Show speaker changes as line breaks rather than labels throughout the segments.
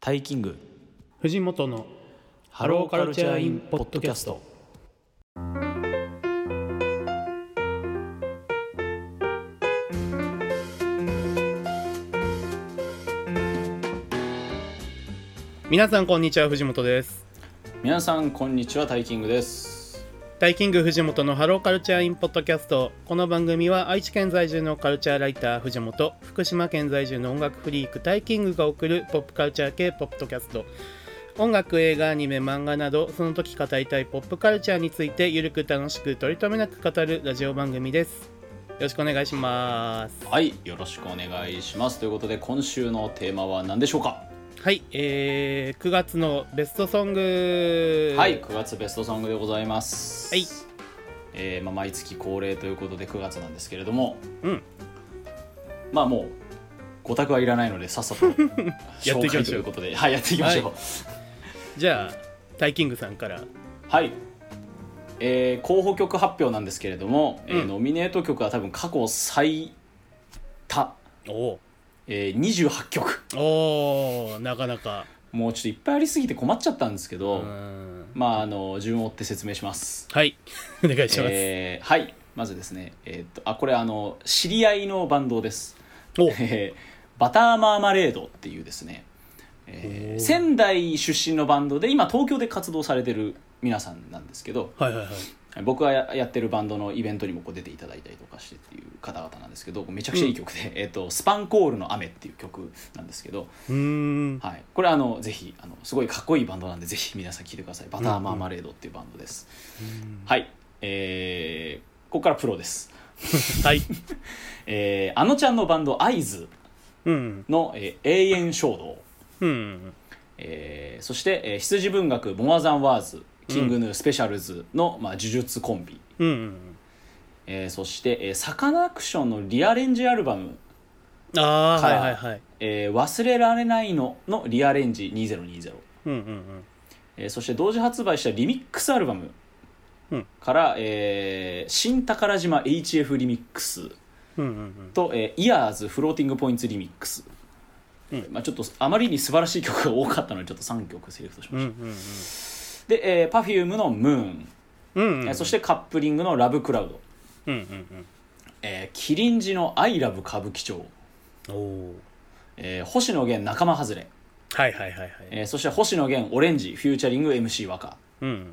タイキング
藤本の
ハローカルチャーインポッドキャスト
皆さんこんにちは藤本です
皆さんこんにちはタイキングです
タイキング藤本のハローカルチャーインポッドキャストこの番組は愛知県在住のカルチャーライター藤本福島県在住の音楽フリークタイキングが送るポップカルチャー系ポッドキャスト音楽映画アニメ漫画などその時語りたいポップカルチャーについてゆるく楽しく取り留めなく語るラジオ番組ですよろしくお願いします
はいよろしくお願いしますということで今週のテーマは何でしょうか
はい、えー、9月のベストソング
はい9月ベストソングでございます
はい
えーまあ、毎月恒例ということで9月なんですけれども
うん
まあもうご託はいらないのでさっさ と
やっていきましょう
紹介ということではいやっていきましょう
じゃあタイキングさんから
はい、えー候補曲発表なんですけれども、えー
うん
ノミネート曲は多分過去最多、
お
えー、28曲
おなかなか
もうちょっといっぱいありすぎて困っちゃったんですけ
う
ど、
ん
まああの順を追って説明します
はい お願いします、
えーはいまずですねえーっとあこれあの知り合いのバンドです、
お
えーバターマーマレードっていうですね、えー
おー
仙台出身のバンドで今東京で活動されてる皆さんなんですけど
はいはいはい
僕がややってるバンドのイベントにもこう出ていただいたりとかしてっていう方々なんですけどめちゃくちゃいい曲で「えっとスパンコールの雨」っていう曲なんですけど、
うーん
はい、これあのぜひあのすごいかっこいいバンドなんでぜひ皆さん聴いてください「バターマーマレード」っていうバンドです、はいえー、ここからプロです、
はい
えー、あのちゃんのバンド「アイズ
うん
の、えー永遠衝動」
うん
えーそして、えー羊文学「モア・ザン・ワーズ」「キングヌー・スペシャルズの」まあ、呪術コンビ
うん
えーそして、えーサカナクションのリアレンジアルバム
ああー
か
は
ら
いはいはい
「えー忘れられないの」のリアレンジ2020、
うんうん
えーそして同時発売したリミックスアルバム
うん
から「えー新宝島 HF リミックス
うんうんうん」
と「えーイヤーズフローティングポイントリミックス」
うん
まあ、ちょっとあまりに素晴らしい曲が多かったのでちょっと3曲セレクトし
うんう
まし
ん
た、で、えー、Perfume の「ムーン
うんうんう」ん
えーそしてカップリングの「ラブクラウド
うんうん」
えーキリンジの「アイラブ歌舞伎町
うんおー」
えー星野源仲間外れ
はいはいはいはい
えーそして星野源オレンジフューチャリング MC 和歌、
うん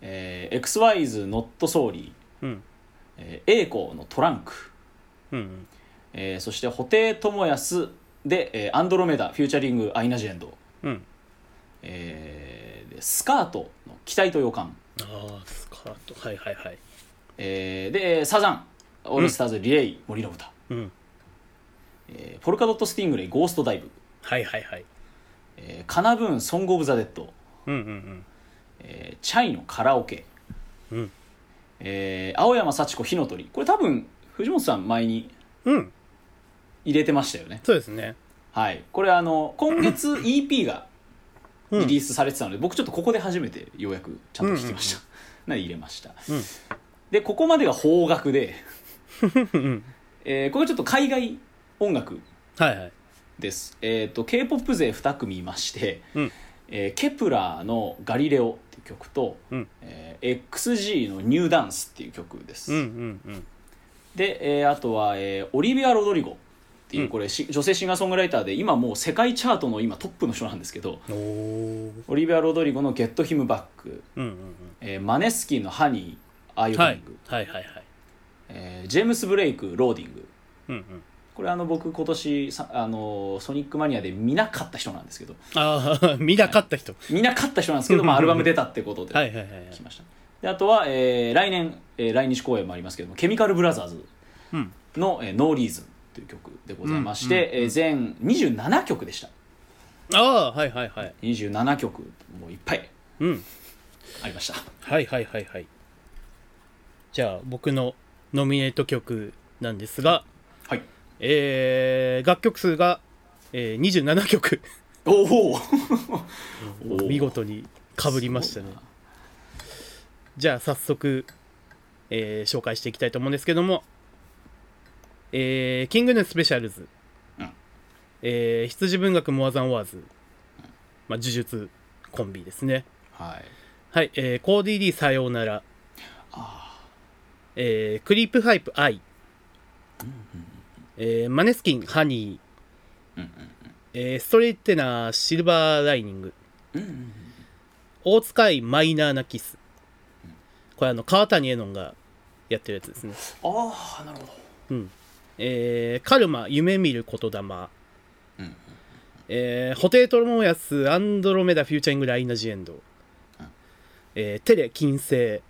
えー、XYZ ノットソーリー、
うん
えー、栄光のトランク、
うん
えーそして布袋寅泰で、えーアンドロメダフューチャリングアイナジェンド、
うん
えーでスカートの期待と予感、
ああスカートはいはいはい
えーでサザンオールスターズリレイ、森の歌、
うん
えーポルカドットスティングレイゴーストダイブ、
はいはいはい
えーカナブーンソング・オブ・ザ・デッド、
うんうん
えーチャイのカラオケ、
うん
えー青山幸子火の鳥これ多分藤本さん前に
うんうん
入れてましたよね
そうですね
はいこれあの今月 EP が
うん
リリースされてたので、僕ちょっとここで初めてようやくちゃんと聞きました、 なので入れました、
うん
でここまでが邦楽 で、
うん
えーこれちょっと海外音楽
はいはい
ですえっ、と k p o p 勢2組いまして、
うん
えーケプラーの「ガリレオ」っていう曲と、
うん
えー XG の「ニューダンス」っていう曲です、
うんうんうん
で、えーあとは、えーオリビア・ロドリゴっていううんこれ、し女性シンガーソングライターで今もう世界チャートの今トップの人なんですけど
おお
オリビア・ロドリゴの「ゲット・ヒム・バック
うんうんうん」
えーマネスキンの「ハニー・アイ・
は
ィ
い
ング
はいはいはい」
えージェームス・ブレイク「ローディング
うんうん」
これあの僕今年さあのーソニックマニアで見なかった人なんですけど
ああ見なかっ た人
見なかった人なんですけど、まあ、アルバム出たってことで
はいはいはいはい
来ました、であとは、えー来年、えー来日公演もありますけどもケミカル・ブラザーズ
うん
の「えーノーリーズン」という曲でございまして、えー全27曲でした
ああはいはいはい
27曲もういっぱい
うん
ありました
はいはいはいはいじゃあ僕のノミネート曲なんですが、
はい
えー、楽曲数が、えー、27曲
お お
見事にかぶりましたねじゃあ早速、えー紹介していきたいと思うんですけども、えーキングヌースペシャルズ、
うん
えー羊文学モアザンワーズ、まあ、呪術コンビですね
はい
はい、えー、コーディリーさようなら、
あ
えー、クリープハイプ愛、えーマネスキンハニー、
ーうん
えーストレイテナーシルバーライニング
うんうんうんうん
大塚いマイナーなキスこれあの川谷絵音がやってるやつですね
ああなるほど
うんえーカルマ夢見る言霊
うんうん
えー、ホテイトロモヤスアンドロメダフューチャリングライナジエンド、えーテレ金星、え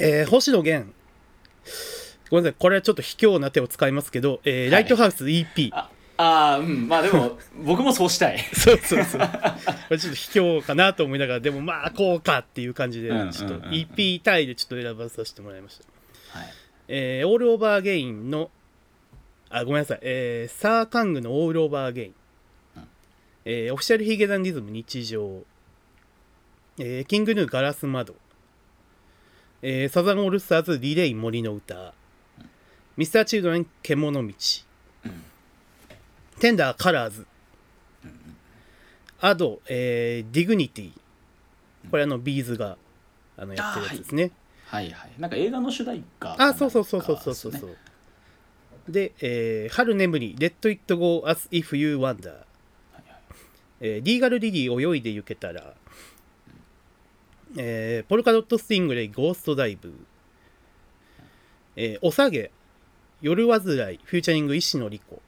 ー星野源ごめんなさいこれはちょっと卑怯な手を使いますけど、えー
い
ライトハウス EP
ああーうんまあでも 僕もそうしたい
そうそうそう これちょっと卑怯かなと思いながらでもまあこうかっていう感じでち
うんうんうん
ょ
うん
っと EP 単位でちょっと選ばさせてもらいました、
はい
えーオールオーバーゲインのあごめんなさい、えーサーカングのオールオーバーゲイン、えーオフィシャルヒゲダンディズム日常、えーキングヌーガラス窓、えーサザンオールスターズリレイ森の歌、ミスターチルドレン獣道、テンダーカラーズ、アド、えーディグニティこれあのビーズがあのやってるやつですね、
はいはいなんか映画の主題歌
あそうそうそうそうそうそうそう、で、えー春眠り Let it go as if you wonder」えーリーガルリリー泳いで行けたら」えーポルカドットスティングレイゴーストダイブ」えーおさげ」「夜煩い」フューチャリング石野莉子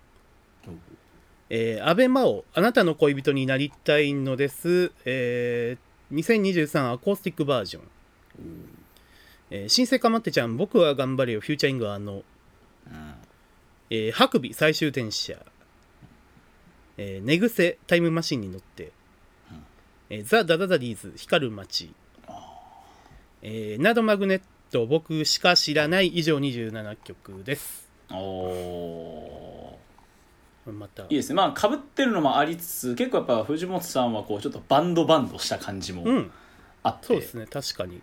うん
えー、安倍真央、あなたの恋人になりたいのです、えー、2023アコースティックバージョン、えー、新生かまってちゃん、僕は頑張れよ、フューチャリングはあの、えー、ハクビ最終電車、えー、寝癖タイムマシンに乗って、えー、ザ・ダダダディーズ光る街、えー、ナドマグネット僕しか知らない以上27曲です
お
ま
ー
た
いいですねまあかぶってるのもありつつ結構やっぱ藤本さんはこうちょっとバンドバンドした感じも
うん
あって、
そうですね確かに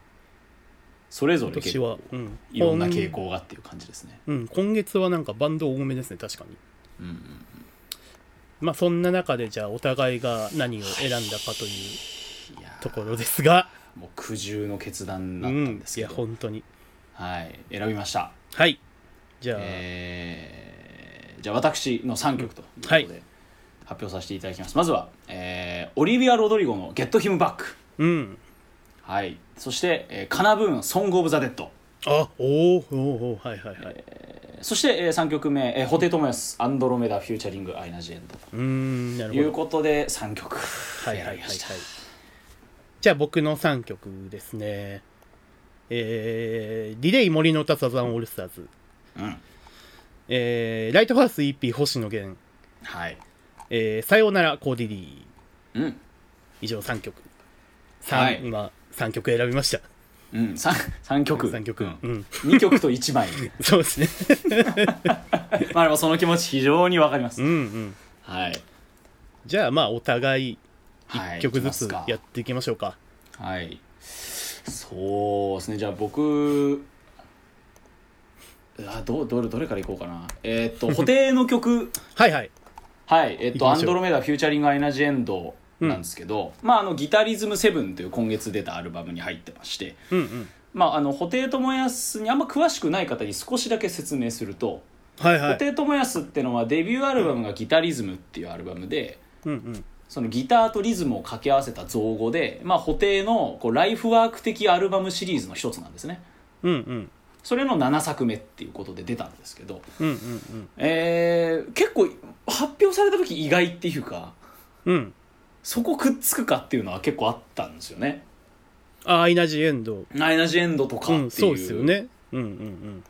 それぞ
今
れ
年
結構
は、うん、
いろんな傾向がっていう感じですね、
うん、今月はなんかバンド多めですね、確かに。
うんうん、
まあそんな中でじゃあお互いが何を選んだかという
いやー
ところですが、
もう苦渋の決断
う
だったん
ん
で、すけ
いや
ど、
本当に。
はい選びました
はい。じゃあ、
えーじゃあ私の3曲ということ
は
で
い
発表させていただきます、まずは、えーオリビア・ロドリゴの「ゲット・ヒム・バック
うん。」
はいそして、えーカナブーン「ソング・オブ・ザ・デッド
あ、おーおー、はいはいはい。」
そして、え3曲目、えー、ホテトモヤス「アンドロメダ・フューチャリング・アイナ・ジ・エンド」
うーん、な
と
る
い
ほ
う
ど。
ことで3曲
はい
選
はいはい
び
は
ま
い
した、。
じゃあ僕の3曲ですね。えー、リレイ森の歌サザンオールスターズ。
うん
えー、ライトハウス EP 星野源。
はい
えー、さようならコーディリー。
うん
以上3曲。
は
三
い
今、3曲選びました。
うん 3, 三曲
三曲、
うん
うん、
2曲と1枚
そうですね。
まあでもその気持ち非常にわかります、
うんうん。
はい
じゃあまあお互い
はい
一曲ず
いきます
つ
か
やっていきましょうか。
はい。そうですね。じゃあ僕あどうどれどれからいこうかな。えーっ と固定の曲
はいはい。
はい。えーっ
いき
と
ま
ア
しょう
ンドロメダフューチャリングアイナジエンドなんですけど、まああのギタリズムセブンという今月出たアルバムに入ってまして、
うんうん。
まああの布袋寅泰にあんま詳しくない方に少しだけ説明すると、
はいは
布
い。
袋寅泰ってのはデビューアルバムがギタリズムっていうアルバムで。
うんうん。
そのギターとリズムを掛け合わせた造語で、まあ、布袋のこうライフワーク的アルバムシリーズの一つなんですね
うんうん。
それの7作目っていうことで出たんですけど、
うんうん
えー結構発表された時意外っていうか
うん。うん。
そこくっつくかっていうのは結構あったんですよね
あ、アイナジエンド。
ナイナジエンドとかって
う
いう、
ん、そうですよね。うんうん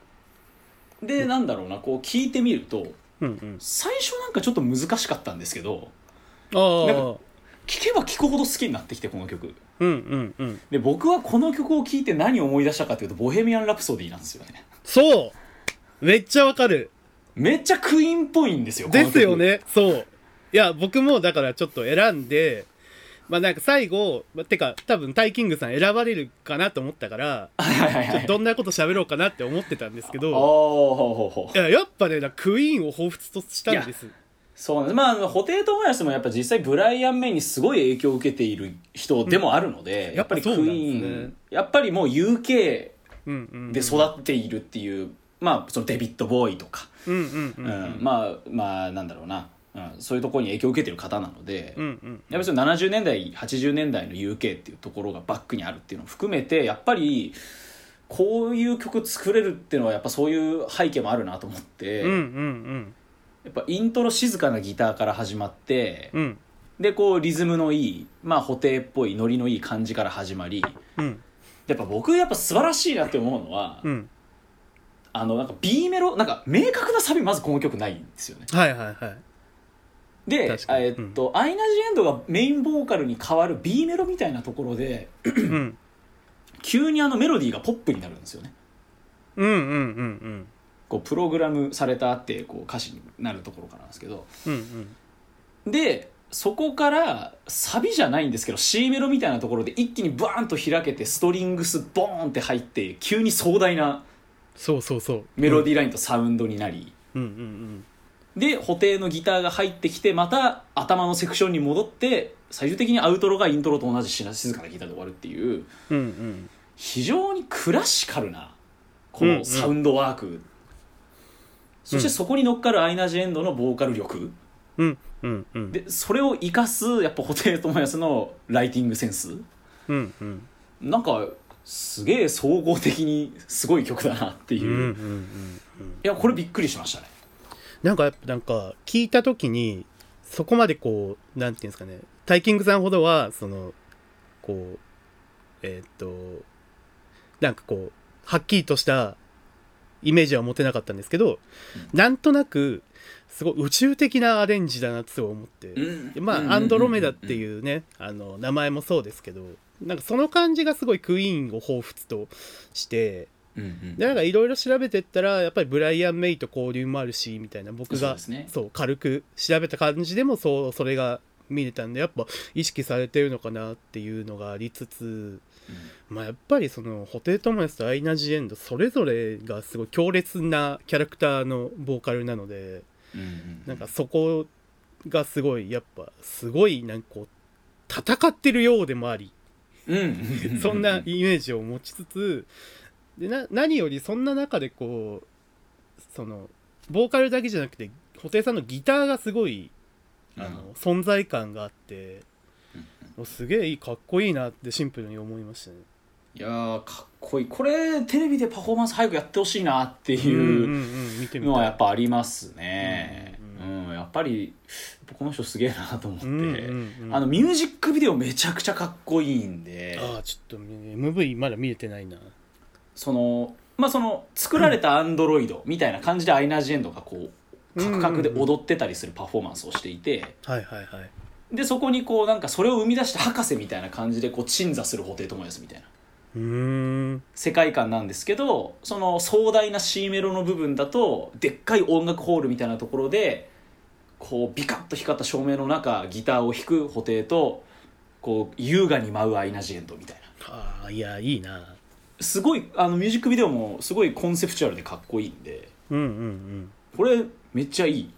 でなんだろうなこう聞いてみると
うん。うんうん。
最初なんかちょっと難しかったんですけど
あ
な
あ。
聞けば聞くほど好きになってきてこの曲
うんうんうん。
で僕はこの曲を聴いて何を思い出したかっていうと「ボヘミアン・ラプソディ」なんですよね
そうめっちゃわかる。
めっちゃクイーンっぽいんですよ。
ですよ
この曲。
ね。そう。いや、僕もだからちょっと選んで、まあなんか最後、まあてか多分タイキングさん選ばれるかなと思ったから、
はいはい
ちょ
は
っ
い。
とどんなこと喋ろうか なって思ってたんですけ
お
ど、
おほうほうほ
いややっぱね、だからクイーンを彷彿としたんです。
うそうなんですまああの布袋寅泰もやっぱ実際ブライアン・メイにすごい影響を受けている人でもあるので、
うん
やっぱりクイーン
やっぱそうなんですね
やっぱりもう UK
うんうん
で育っているっていう、まあそのデビッド・ボーイとか、
うんうんうん
うんまあまあなんだろうな、うん、そういうところに影響を受けてる方なので、
うんうん
やっぱりその70年代80年代の UK っていうところがバックにあるっていうのを含めてやっぱりこういう曲作れるっていうのはやっぱそういう背景もあるなと思って、
うんうん
やっぱイントロ静かなギターから始まって、
うんうん
でこうリズムのいい、まあ、布袋っぽいノリのいい感じから始まり
うん
やっぱ僕やっぱ素晴らしいなって思うのは、
うん
あのなんか B メロなんか明確なサビまずこの曲ないんですよね。
はいはいはい
で、
確かに
えっとアイナ・ジ・エンドがメインボーカルに変わる B メロみたいなところで
うん
急にあのメロディーがポップになるんですよね。
うんうんうん
こうプログラムされたってこう歌詞になるところからなんですけど
うんうん
でそこからサビじゃないんですけど C メロみたいなところで一気にバーンと開けてストリングスボーンって入って急に壮大な
そうそうそう
メロディーラインとサウンドになり、
うんうん
で布袋のギターが入ってきてまた頭のセクションに戻って最終的にアウトロがイントロと同じしな静かなギターで終わるっていう
うんうんうん
非常にクラシカルなこ
うんう
の
ん
サウンドワーク、そしてそこに乗っかるアイナ・ジ・エンドのボーカル力、
うんうんうん
でそれを生かすやっぱ布袋寅泰のライティングセンス
うんうん
なんかすげえ総合的にすごい曲だなって
う
い
ん
う、
うんう
い
ん
やこれびっくりしましたね
なんかやっぱなんか聞いた時にそこまでこうなんていうんですかねタイキングさんほどはそのこうえーっとなんかこうはっきりとしたイメージは持てなかったんですけど、なんとなくすごい宇宙的なアレンジだなってすごい思って、でまあ、アンドロメダって
う
いうねあの名前もそうですけどなんかその感じがすごいクイーンを彷彿として
んうんうん
でなんかいろいろ調べてったらやっぱりブライアン・メイと交流もあるしみたいな僕
そう
が
ですね
そう軽く調べた感じでもそうそれが見れたんでやっぱ意識されてるのかなっていうのがありつつ、まあ、やっぱりその布袋寅泰とアイナ・ジ・エンドそれぞれがすごい強烈なキャラクターのボーカルなので。
うんうん
なんかそこがすごいやっぱすごいなんかこう戦ってるようでもあり
うんうんうん
そんなイメージを持ちつつでな何よりそんな中でこうそのボーカルだけじゃなくて布袋さんのギターがすごいあの、存在感があって
うんうん
もうすげえいいかっこいいなってシンプルに思いましたね。
いやーかっこいいこれテレビでパフォーマンス早くやってほしいなって
うん
いううん
うん見てみ
のは
た
や
い
っぱありますね
う
うんん、やっぱりこの人すげえなと思って、
うんうんうん
あのミュージックビデオめちゃくちゃかっこいいんで
ああちょっとね MV まだ見れてないな。
そのまあその作られたアンドロイドみたいな感じでアイナ・ジ・エンドがこうカクカクで踊ってたりするパフォーマンスをしていて
はいはいはい。
でそこにこうなんかそれを生み出した博士みたいな感じでこう鎮座する布袋寅泰みたいな
うーん
世界観なんですけどその壮大な C メロの部分だとでっかい音楽ホールみたいなところでこうビカッと光った照明の中ギターを弾く布袋とこう優雅に舞うアイナ・ジ・エンドみたいな。
ああいやいいな
すごいあのミュージックビデオもすごいコンセプチュアルでかっこいいんで
うんうんうん
これめっちゃいい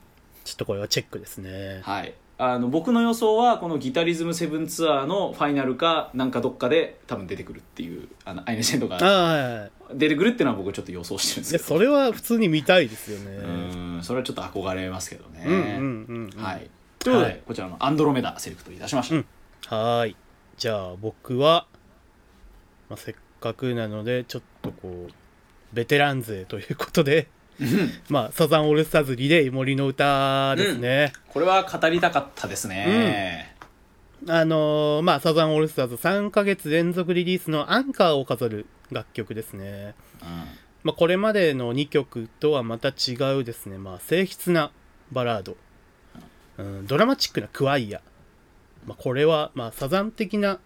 ちょっとこれはチェックですね
はい、あの僕の予想はこの「ギタリズムセブンツアー」のファイナルかなんかどっかで多分出てくるっていうあのアイナ・ジ・エンド
あ
が
あはいはい
出てくるっていうのは僕ちょっと予想してるん
い
で
や
すけ
そ
ど
れは普通に見たいですよね
うーんそれはちょっと憧れますけどね、
うんうんうんうん
はい
ということで
はいこちらの「アンドロメダ」セレクトいたしました、
うんはーいじゃあ僕は、まあ、せっかくなのでちょっとこうベテラン勢ということでまあサザンオールスターズリレー森の歌ですね、
これは語りたかったですね、
あのーまあサザンオールスターズ3ヶ月連続リリースのアンカーを飾る楽曲ですね
うん
まあ、これまでの2曲とはまた違うですね、まあ、静筆なバラード、うん、ドラマチックなクワイア、まあ、これはまあサザン的な、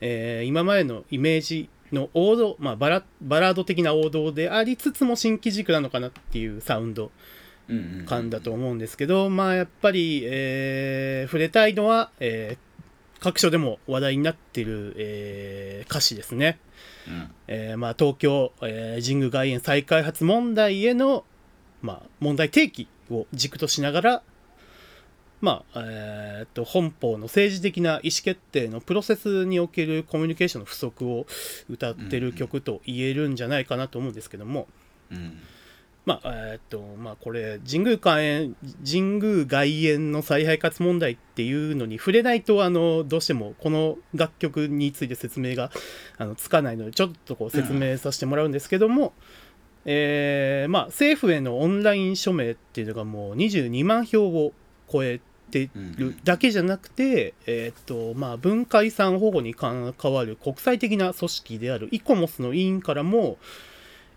えー今までのイメージの王道、まあ、バラバラード的な王道でありつつも新機軸なのかなっていうサウンド
うんうんうん
感だと思うんですけど、まあ、やっぱり、えー触れたいのは、えー各所でも話題になっている、えー歌詞ですね。
うん
えーまあ、東京、えー神宮外苑再開発問題への、まあ、問題提起を軸としながら、まあえーっと本邦の政治的な意思決定のプロセスにおけるコミュニケーションの不足を歌ってる曲と言えるんじゃないかなと思うんですけども、
うん
まあえーっとまあ、これ神宮外苑神宮外苑の再配達問題っていうのに触れないとあのどうしてもこの楽曲について説明があのつかないのでちょっとこう説明させてもらうんですけども、えーまあ、政府へのオンライン署名っていうのがもう22万票を超えてるだけじゃなくて、えーっとまあ、文化遺産保護に関わる国際的な組織であるイコモスの委員からも、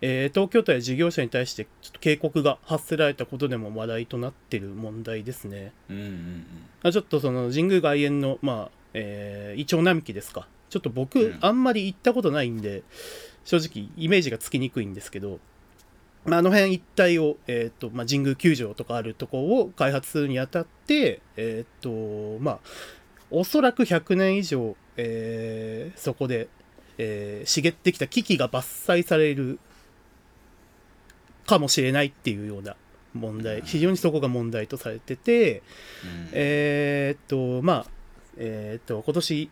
えー東京都や事業者に対してちょっと警告が発せられたことでも話題となっている問題ですね。
うんうん
あちょっとその神宮外苑の、まあえー、イチョウ並木ですかちょっと僕、
うん
あんまり行ったことないんで正直イメージがつきにくいんですけど、まあ、あの辺一帯を、えーとまあ、神宮球場とかあるところを開発するにあたってえっ、とまあおそらく100年以上、えーそこで、えー茂ってきた木々が伐採されるかもしれないっていうような問題非常にそこが問題とされてて、
うん
えーっとまあえーっと今年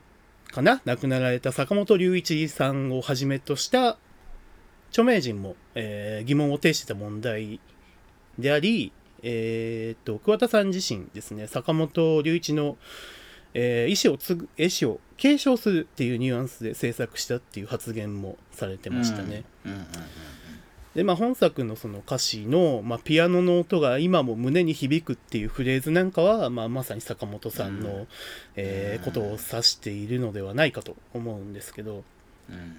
かな亡くなられた坂本龍一さんをはじめとした著名人も、えー疑問を呈してた問題であり、えーっと桑田さん自身ですね坂本龍一の、えー意思を継ぐ意思を継承するっていうニュアンスで制作したっていう発言もされてましたね。
うんうんうん
でまあ、本作のその歌詞の、まあ、ピアノの音が今も胸に響くっていうフレーズなんかは、まあ、まさに坂本さんの、
うん
えーことを指しているのではないかと思うんですけど
うんうん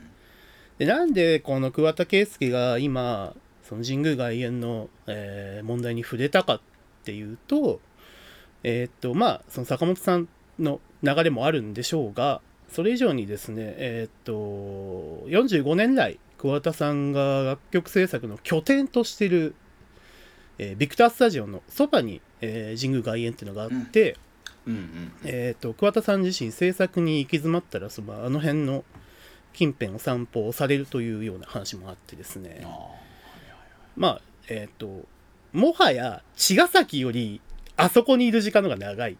でなんでこの桑田佳祐が今その神宮外苑の、えー問題に触れたかっていうと,、えーっとまあ、その坂本さんの流れもあるんでしょうがそれ以上にですね、えーっと45年来桑田さんが楽曲制作の拠点としてる、えービクタースタジオのそばに、えー神宮外苑っていうのがあって、
うんうん
えー、と桑田さん自身制作に行き詰まったらそのあの辺の近辺を散歩をされるというような話もあってですね
あ
まあえっ、ともはや茅ヶ崎よりあそこにいる時間の方が長い
ー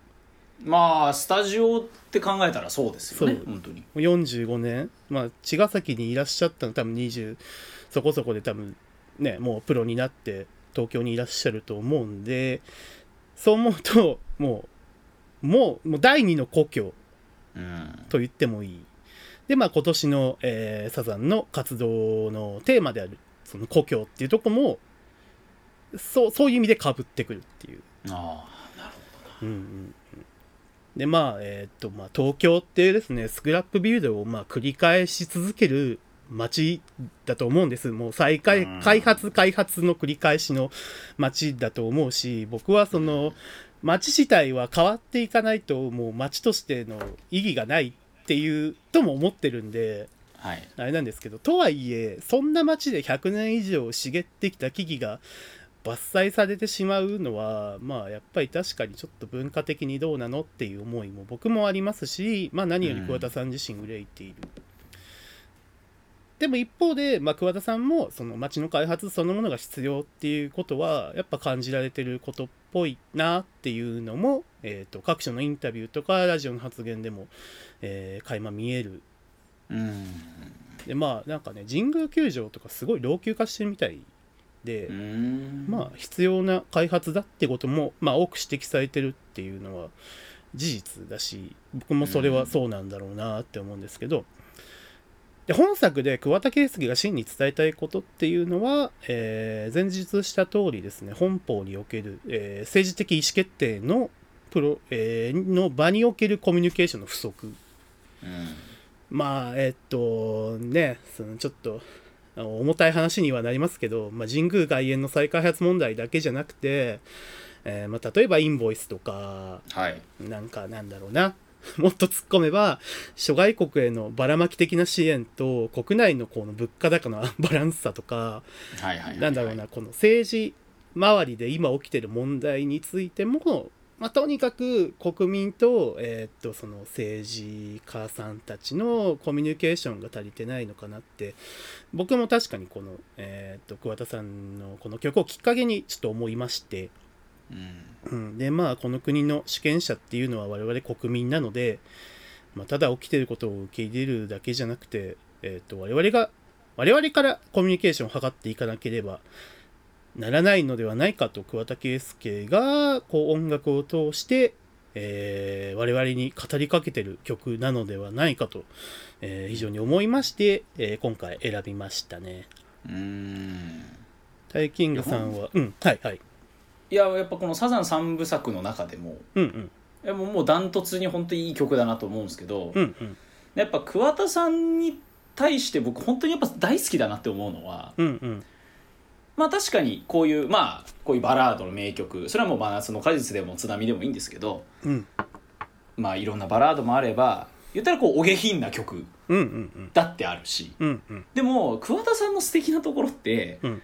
まあスタジオって考えたらそうですよね
そう
本当に
もう45年、まあ、茅ヶ崎にいらっしゃったの多分20そこそこで多分ねもうプロになって東京にいらっしゃると思うんでそう思うともうもうもう第二の故郷
うん
と言ってもいい。で、まあ今年の、えーサザンの活動のテーマである、その故郷っていうとこも、そう、そういう意味で被ってくるっていう。
ああなる
うんうんうんで、まあ、えーっと、まあ東京ってですね、スクラップビルドをまあ繰り返し続ける街だと思うんです。もう再開
うん、
開発、開発の繰り返しの街だと思うし、僕はその、町自体は変わっていかないともう町としての意義がないっていうとも思ってるんで
ほどはい
あれなんですけどとはいえそんな町で100年以上茂ってきた木々が伐採されてしまうのはまあやっぱり確かにちょっと文化的にどうなのっていう思いも僕もありますし、まあ、何より桑田さん自身憂いている。でも一方で、まあ、桑田さんもその町の開発そのものが必要っていうことはやっぱ感じられてることっぽいなっていうのも、えー、と各所のインタビューとかラジオの発言でも、えー、垣間見える
うん
でまあなんかね神宮球場とかすごい老朽化してるみたいで、
うん
まあ必要な開発だってことも、まあ、多く指摘されてるっていうのは事実だし僕もそれはそうなんだろうなって思うんですけど、で本作で桑田佳祐が真に伝えたいことっていうのは、えー前述した通りですね本邦における、えー政治的意思決定のプロ、えーの場におけるコミュニケーションの不足
うん
まあえっとねそのちょっとあの重たい話にはなりますけど、まあ、神宮外苑の再開発問題だけじゃなくて、えーまあ、例えばインボイスとか
はい
なんかなんだろうなもっと突っ込めば諸外国へのばらまき的な支援と国内のこの物価高のアンバランスさとか
はいはいはいはい
なんだろうなこの政治周りで今起きてる問題についても、まあ、とにかく国民と,、えーっとその政治家さんたちのコミュニケーションが足りてないのかなって僕も確かにこの、えーっと桑田さんのこの曲をきっかけにちょっと思いまして
うん
うん、でまあこの国の主権者っていうのは我々国民なので、まあ、ただ起きてることを受け入れるだけじゃなくて、えー、と我々が我々からコミュニケーションを図っていかなければならないのではないかと桑田佳祐がこう音楽を通して、えー我々に語りかけてる曲なのではないかと、えー非常に思いまして、えー今回選びましたね。
うん
タイキングさんは、うん、はいはい。
いややっぱこのサザン三部作の中でも
うんうん。
いやもうもうダントツに本当にいい曲だなと思うんですけど、
うんうん。
やっぱ桑田さんに対して僕本当にやっぱ大好きだなって思うのは
うんうん。
まあ確かにこういうまあこういうバラードの名曲それはもう「真夏の果実」でも「津波」でもいいんですけど
うん
まあいろんなバラードもあれば言ったらこうお下品な曲
うんうん
だってあるし
うん。うんうん。
でも桑田さんの素敵なところって、
うん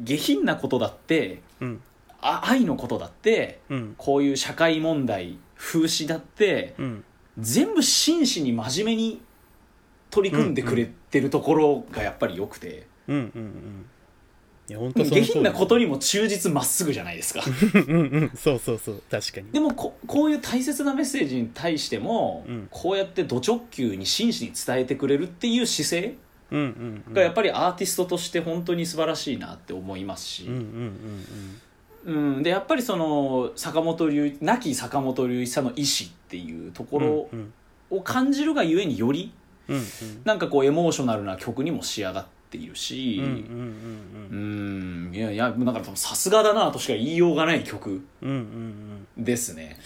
下品なことだって
うん
あ愛のことだって
うん
こういう社会問題風刺だって
うん
全部真摯に真面目に取り組んでくれてるところがやっぱり良くて、
うんうんいや本当
下
その通り
品なことにも忠実まっすぐじゃないですか
うんうんそうそうそう確かに
でもここういう大切なメッセージに対しても、
うん
こうやってド直球に真摯に伝えてくれるっていう姿勢
うんうんうん
がやっぱりアーティストとして本当に素晴らしいなって思いますし、
うんうんうん
うん、でやっぱりその坂本龍一亡き坂本龍一さんの意思っていうところ
うん
を感じるがゆえにより
うんうん
なんかこうエモーショナルな曲にも仕上がっているし
うんうんうん
う
うん
んいやいやだからさすがだなとしか言いようがない曲
うんうん
ですね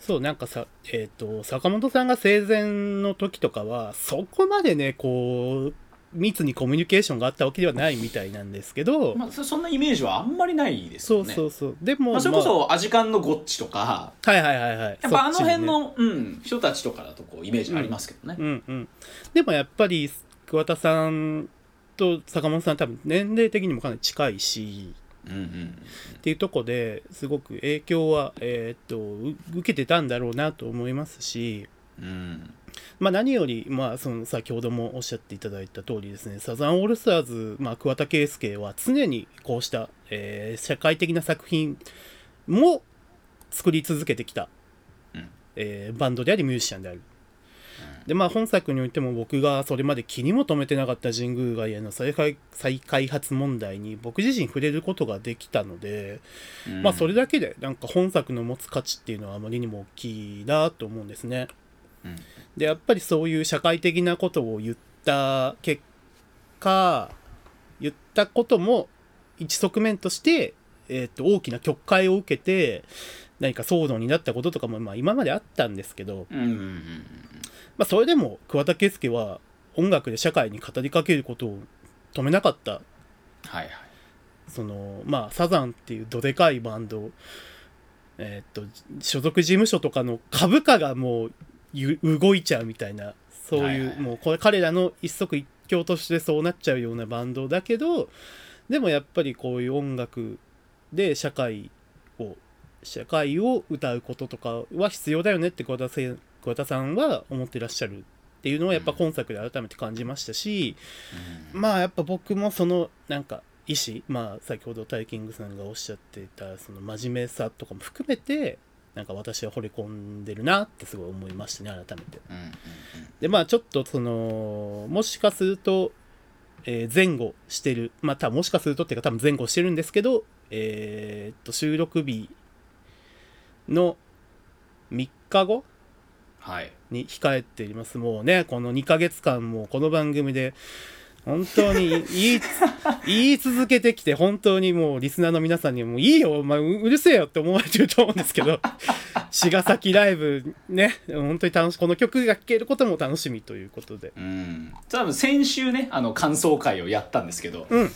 そうなんかさえっと坂本さんが生前の時とかはそこまでねこう密にコミュニケーションがあったわけではないみたいなんですけど
まあそそんなイメージはあんまりないです
そ
よ
う
ね
そうそうでも
まあ、それこそアジカンのゴッチとか
はいはいはいはい
やっぱあの
そちね
辺の、うん、人たちとかだとこうイメージありますけどね、
うんうん、でもやっぱり桑田さんと坂本さん多分年齢的にもかなり近いし
うんうん
っていうとこですごく影響は、えーっとう受けてたんだろうなと思いますし、
うん
まあ、何より、まあ、その先ほどもおっしゃっていただいた通りですねサザンオールスターズ、まあ、桑田佳祐は常にこうした、えー社会的な作品も作り続けてきた、
うん
えーバンドでありミュージシャンである。でまあ、本作においても僕がそれまで気にも留めてなかった神宮外苑の再開再開発問題に僕自身触れることができたので、
うん
まあ、それだけでなんか本作の持つ価値っていうのはあまりにも大きいなと思うんですね。
うん
でやっぱりそういう社会的なことを言った結果言ったことも一側面として、えー、と大きな曲解を受けて何か騒動になったこととかも、まあ、今まであったんですけど、
うんうんうん
まあ、それでも桑田佳祐は音楽で社会に語りかけることを止めなかった
はいはい
そのまあサザンっていうどでかいバンド、えーっと所属事務所とかの株価がもうゆ動いちゃうみたいなそう
はい
い
はい
う、
はい
もうこれ彼らの一足一強としてそうなっちゃうようなバンドだけどでもやっぱりこういう音楽で社会を社会を歌うこととかは必要だよねって桑田せん桑田さんは思ってらっしゃるっていうのはやっぱ今作で改めて感じましたし、
うん
まあやっぱ僕もそのなんか意思まあ先ほどタイキングさんがおっしゃっていたその真面目さとかも含めてなんか私は惚れ込んでるなってすごい思いましたね改めて。
うんうんうん
でまあちょっとそのもしかすると、えー前後してるまあ多分もしかするとっていうか多分前後してるんですけどえーっと収録日の3日後
はい
に控えていますもうねこの2ヶ月間もうこの番組で本当に言い 言い続けてきて本当にもうリスナーの皆さんにもういいよお前ううるせえよって思われてると思うんですけど 茅ヶ崎ライブね本当に楽しこの曲が聴けることも楽しみということで
うん、多分先週ねあの感想会をやったんですけど、
うん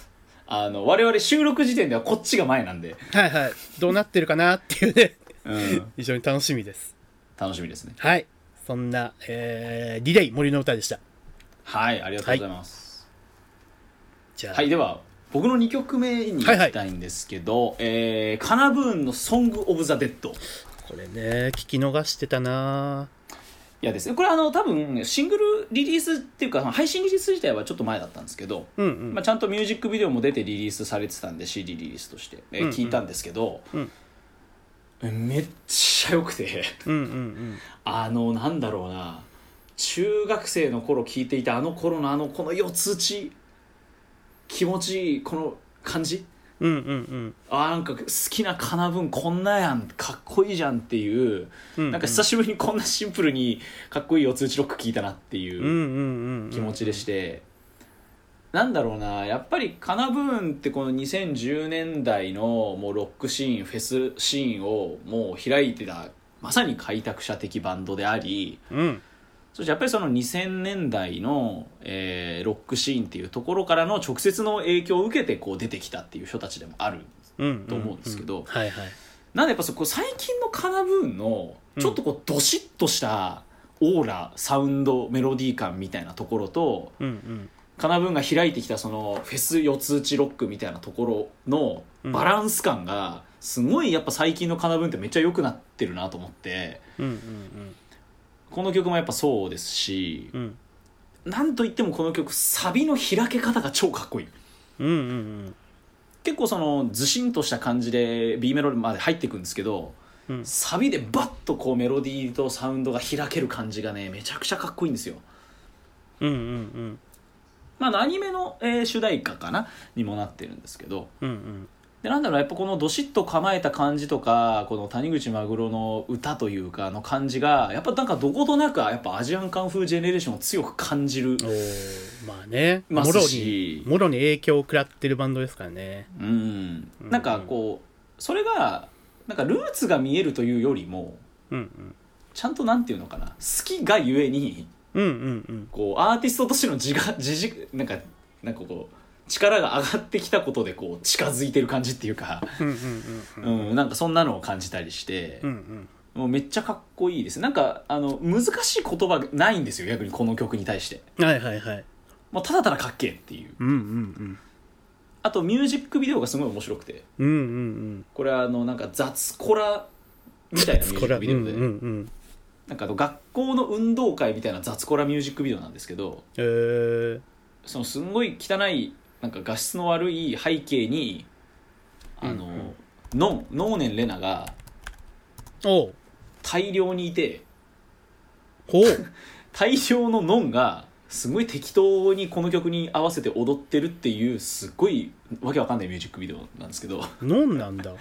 あの我々収録時点ではこっちが前なんで、
はいはいどうなってるかなっていうね
うん、
非常に楽しみです
楽しみですね
はいそんな、えーリレイ森の歌でした
はいありがとうございます
じゃあ
はい、では僕の2曲目に
はいはい
行きたいんですけど、えーカナブーンの「ソング・オブ・ザ・デッド」
これね聞き逃してたない
やですねこれあの多分シングルリリースっていうか配信リリース自体はちょっと前だったんですけど、
うんうん
まあ、ちゃんとミュージックビデオも出てリリースされてたんで CD リリースとして、えー
うんうん
聞いたんですけど、
うん
めっちゃ良くて
うんうん
あのなんだろうな中学生の頃聴いていたあの頃のあのこの四つ打ち気持ちいいこの感じ
うんうんうん
あーなんか好きなかな分こんなやんかっこいいじゃんっていう、
うん
なんか久しぶりにこんなシンプルにかっこいい四つ打ちロック聴いたなっていう。
うんうんうん
気持ちでして、なんだろうなやっぱりカナブーンってこの2010年代のもうロックシーンフェスシーンをもう開いてたまさに開拓者的バンドであり
うん
そしてやっぱりその2000年代の、えーロックシーンっていうところからの直接の影響を受けてこう出てきたっていう人たちでもある
うん
と思うんですけど
はいはい
なんでやっぱそこ最近のカナブーンのちょっとこうドシッとしたオーラサウンドメロディー感みたいなところと
うん
カナブーンが開いてきたそのフェス四つ打ちロックみたいなところ
う
の
ん
バランス感がすごいやっぱ最近のカナブーンってめっちゃ良くなってるなと思って
うんうんうん
この曲もやっぱそうですし
うんうん
なんといってもこの曲サビの開け方が超かっこいい
うんうん
結構そのずしんとした感じで B メロまで入っていくんですけど
うん
サビでバッとこうメロディーとサウンドが開ける感じがねめちゃくちゃかっこいいんですよ
うんうんうん
まああのアニメの、えー主題歌かなにもなってるんですけど
うんうん
でなんだろうやっぱこのどしっと構えた感じとかこの谷口マグロの歌というかあの感じがやっぱなんかどことなくやっぱアジアンカンフージェネレーションを強く感じる
おーまあね
ま
もろ
す
に
し、
もろに影響を食らってるバンドですからね
うん、
ん
なんかこうそれがなんかルーツが見えるというよりも
うん
ちゃんとなんていうのかな好きがゆえに
うんうんうん
こうアーティストとしての自我自軸なんかなんかこう力が上がってきたことでこう近づいてる感じっていうか、
うんうんうんうん
うん、なんかそんなのを感じたりして。
うんうん
もうめっちゃかっこいいですなんかあの難しい言葉がないんですよ逆にこの曲に対して
はいはいはい
もうただただかっけえっていう
うんうん
あとミュージックビデオがすごい面白くて
うんうんうん
これはあのなんか雑コラみたいなミュージックビデオで、
うんうんうん
なんかあの学校の運動会みたいな雑コラミュージックビデオなんですけど
えー
そのすんごい汚いなんか画質の悪い背景にあの、
うんうん
ノン能年玲奈が
おう
大量にいて
ほう
大量のノンがすごい適当にこの曲に合わせて踊ってるっていうすっごいわけわかんないミュージックビデオなんですけど
飲んなんだあ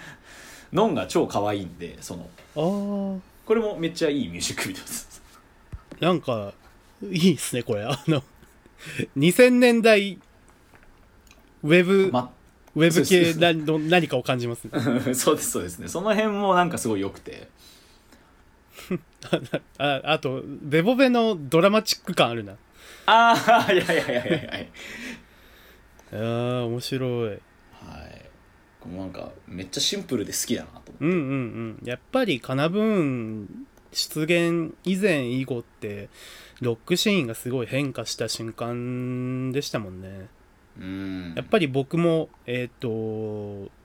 ノンが超可愛いんでその
ー
これもめっちゃいいミュージックビデオです
なんかいいっすねこれあの2000年代ウェブ、
ま
ウェブ系
そう
なの何かを感じますね
そうですそうですねその辺もなんかすごい良くて
ああとベボベのドラマチック感あるな
ああいやいやいやいやいやはい
あー面白い
これもなんかめっちゃシンプルで好きだなと思って
うんうんうんやっぱりカナブーン出現以前以後ってロックシーンがすごい変化した瞬間でしたもんね
うん
やっぱり僕もえっ、と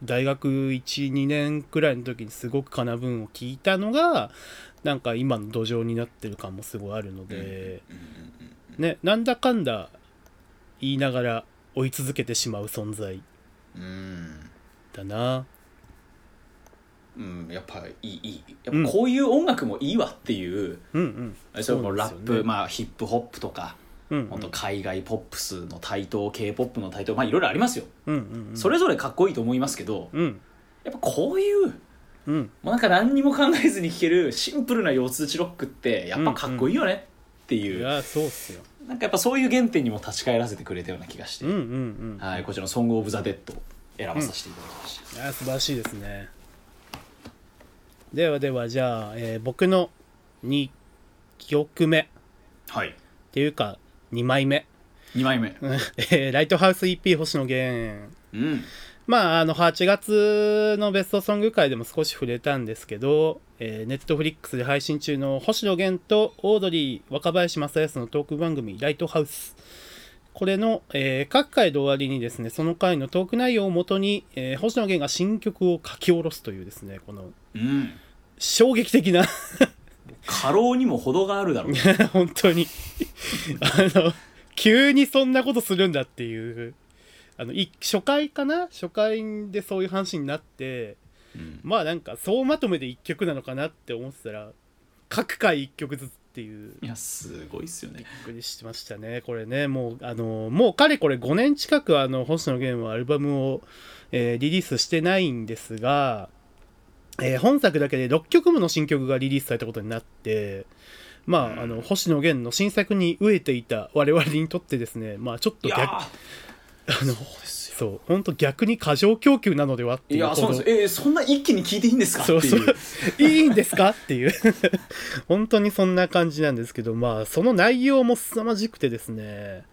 大学12年くらいの時にすごくカナブーンを聞いたのがなんか今の土壌になってる感もすごいあるので、
うんうん
ねなんだかんだ言いながら追い続けてしまう存在
うんうん
だな
うんやっぱいいいいやっぱこういう音楽もいいわっていう、
うんうん
あれそれもラップ、
そうですよね
まあヒップホップとか
うんうん
本当海外ポップスの台頭 k p o p の台頭まあいろいろありますよ、
うんうんうん
それぞれかっこいいと思いますけど
うん
やっぱこういうも
うん
うなんか何にも考えずに聴けるシンプルな四つ打ちロックってやっぱかっこいいよねって
い
いう、
やそうっすよ
なんかやっぱそういう原点にも立ち返らせてくれたような気がして、
うんうんうん
はいこちらの「ソング・オブ・ザ・デッド」選ばさせていただきました、
いや素晴らしいですねではではじゃあ、えー僕の2曲目
はい
っていうか2枚目、
2枚目
うんえーライトハウス EP 星野源
うん
まああの8月のベストソング会でも少し触れたんですけど、えー、ネットフリックスで配信中の星野源とオードリー若林正康のトーク番組「ライトハウス」これの、えー各回で終わりにですねその回のトーク内容をもとに、えー星野源が新曲を書き下ろすというですねこの
うん
衝撃的な
過労にも程があるだろう
本当にあの急にそんなことするんだっていうあのい初回かな初回でそういう話になって、
うん
まあなんか総まとめで1曲なのかなって思ってたら各回1曲ずつっていう
いやすごいっすよね
びっくりしてましたねこれねもうあのもうかれこれ5年近くあの星野源はアルバムを、えーリリースしてないんですが、えー本作だけで6曲もの新曲がリリースされたことになってまああの星野源の新作に飢えていた我々にとってですねまあちょっと
いや
逆
ーそ
の
うですよ
そう本当逆に過剰供給なのではってい
いうやそう
こ
なん
の
ですよえーそんな一気に聞いていいんですかって
そ
いうう
そういいんですかっていう 本当にそんな感じなんですけどまあその内容も凄まじくてですね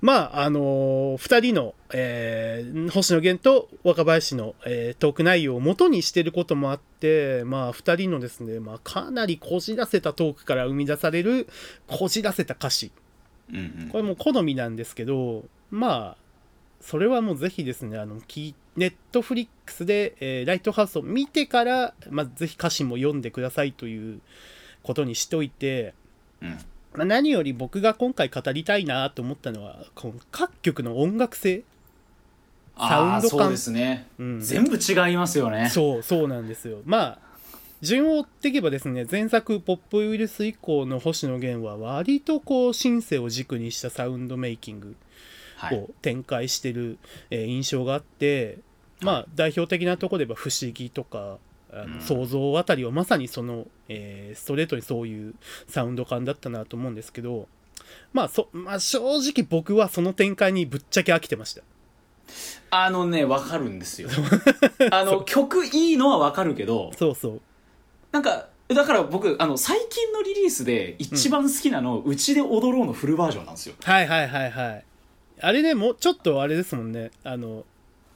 まああの2人の、えー星野源と若林の、えートーク内容を元にしてることもあってまあ2人のですね、まあ、かなりこじらせたトークから生み出されるこじらせた歌詞
うんうん
これもう好みなんですけどまあそれはもうぜひですねあのきネットフリックスで、えーライトハウス」を見てから、まあ、ぜひ歌詞も読んでくださいということにしといて、
うん
まあ、何より僕が今回語りたいなと思ったのはこの各曲の音楽性、
ああ
サウンド感
そうですね、
うん、
全部違いますよね
そうそうなんですよまあ順を追っていけばですね前作「ポップウイルス」以降の星野源は割とこうシンセを軸にしたサウンドメイキング
はい
こう展開してる、えー印象があって、まあ、代表的なとこで言えば「不思議」とか「あの
うん
想像」あたりはまさにその、えーストレートにそういうサウンド感だったなと思うんですけど、まあそまあ、正直僕はその展開にぶっちゃけ飽きてました。
あのねわかるんですよ あの曲いいのはわかるけど
そうそう
なんかだから僕あの最近のリリースで一番好きなの「うち、で踊ろう」のフルバージョンなんですよ
はいはいはいはいあれねもうちょっとあれですもんねあの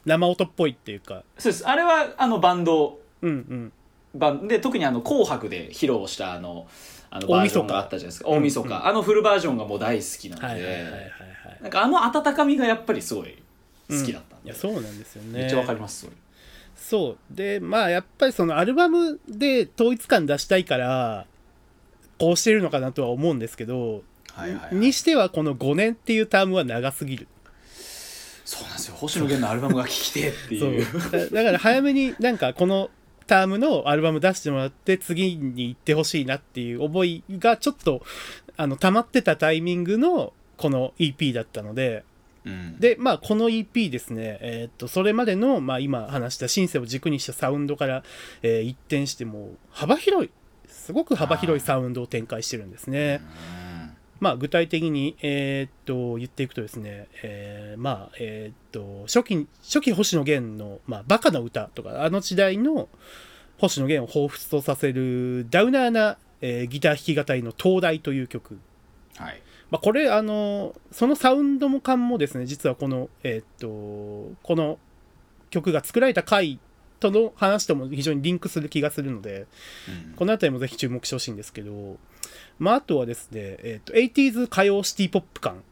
生音っぽいっていうか
そうですあれはあのバンド
うんうん
バンで特にあの「紅白」で披露したあのあの
大
バー
晦
ジョ
日
ンがあったじゃないですか大晦日、
うんうん
あのフルバージョンがもう大好きな
は
の
い
で、
はいはいはいはい
なんかあの温かみがやっぱりすごい好きだったん
い
で、
やそうなんですよね
めっちゃわかりますそれ
そうでまあやっぱりそのアルバムで統一感出したいからこうしてるのかなとは思うんですけど、
はいはい、
にしてはこの5年っていうタームは長すぎる
そうなんですよ星野源のアルバムが聴きてえって
そう
いう
だ だから早めになんかこのタームのアルバム出してもらって次に行ってほしいなっていう思いがちょっとあの溜まってたタイミングのこの EP だったので
うん
で、まあ、この EP ですね、えーっと、それまでの、まあ、今話したシンセを軸にしたサウンドから、えー一転してもう幅広い、すごく幅広いサウンドを展開してるんですね。まあ、具体的に、えーっと、言っていくとですね、えーまあ、えーっと、初期、初期星野源の、まあ、バカの歌とか、あの時代の星野源を彷彿とさせるダウナーな、えーギター弾き語りの灯台という曲。
はい
まあ、これあのそのサウンドも感もですね実はこのえーっとこの曲が作られた回との話とも非常にリンクする気がするので
うん
この辺りもぜひ注目してほしいんですけど、まあ、あとはですね、えーっと 80s 歌謡シティポップ感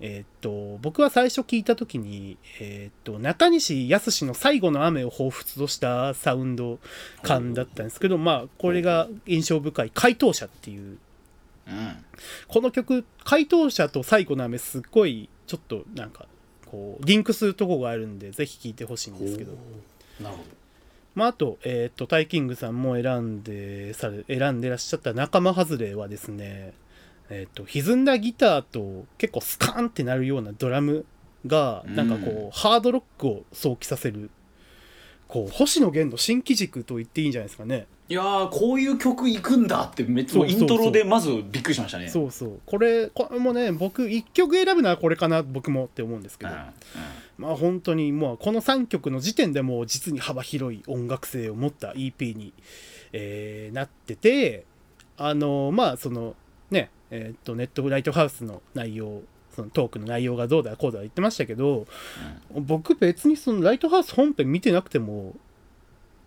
えーっと僕は最初聞いた時に、えーっと中西康の「最後の雨」を彷彿としたサウンド感だったんですけど、まあ、これが印象深い「回答者」っていう
うん
この曲「回答者」と「最後の雨」すっごいちょっとなんかこうリンクするとこがあるんでぜひ聴いてほしいんですけど、
なるほど
まあ、あと,、えー、とタイキングさんも選んでされ選んでらっしゃった「仲間外れ」はですね、えー、と歪んだギターと結構スカーンってなるようなドラムがなんかこう、
う
ハードロックを想起させるこう星野源の新機軸と言っていいんじゃないですかね。
いやーこういう曲行くんだってめっち
そ
ゃ
うそう
イ
そう
ントロでまずびっくりしましたねう、
そうそうこれこれもね僕1曲選ぶのはこれかな僕もって思うんですけ
ん
ど、
う
まあ本当にもうこの3曲の時点でもう実に幅広い音楽性を持った EP に、えーなっててあのまあそのねえーっとネットライトハウスの内容そのトークの内容がどうだこうだ言ってましたけど僕別にそのライトハウス本編見てなくても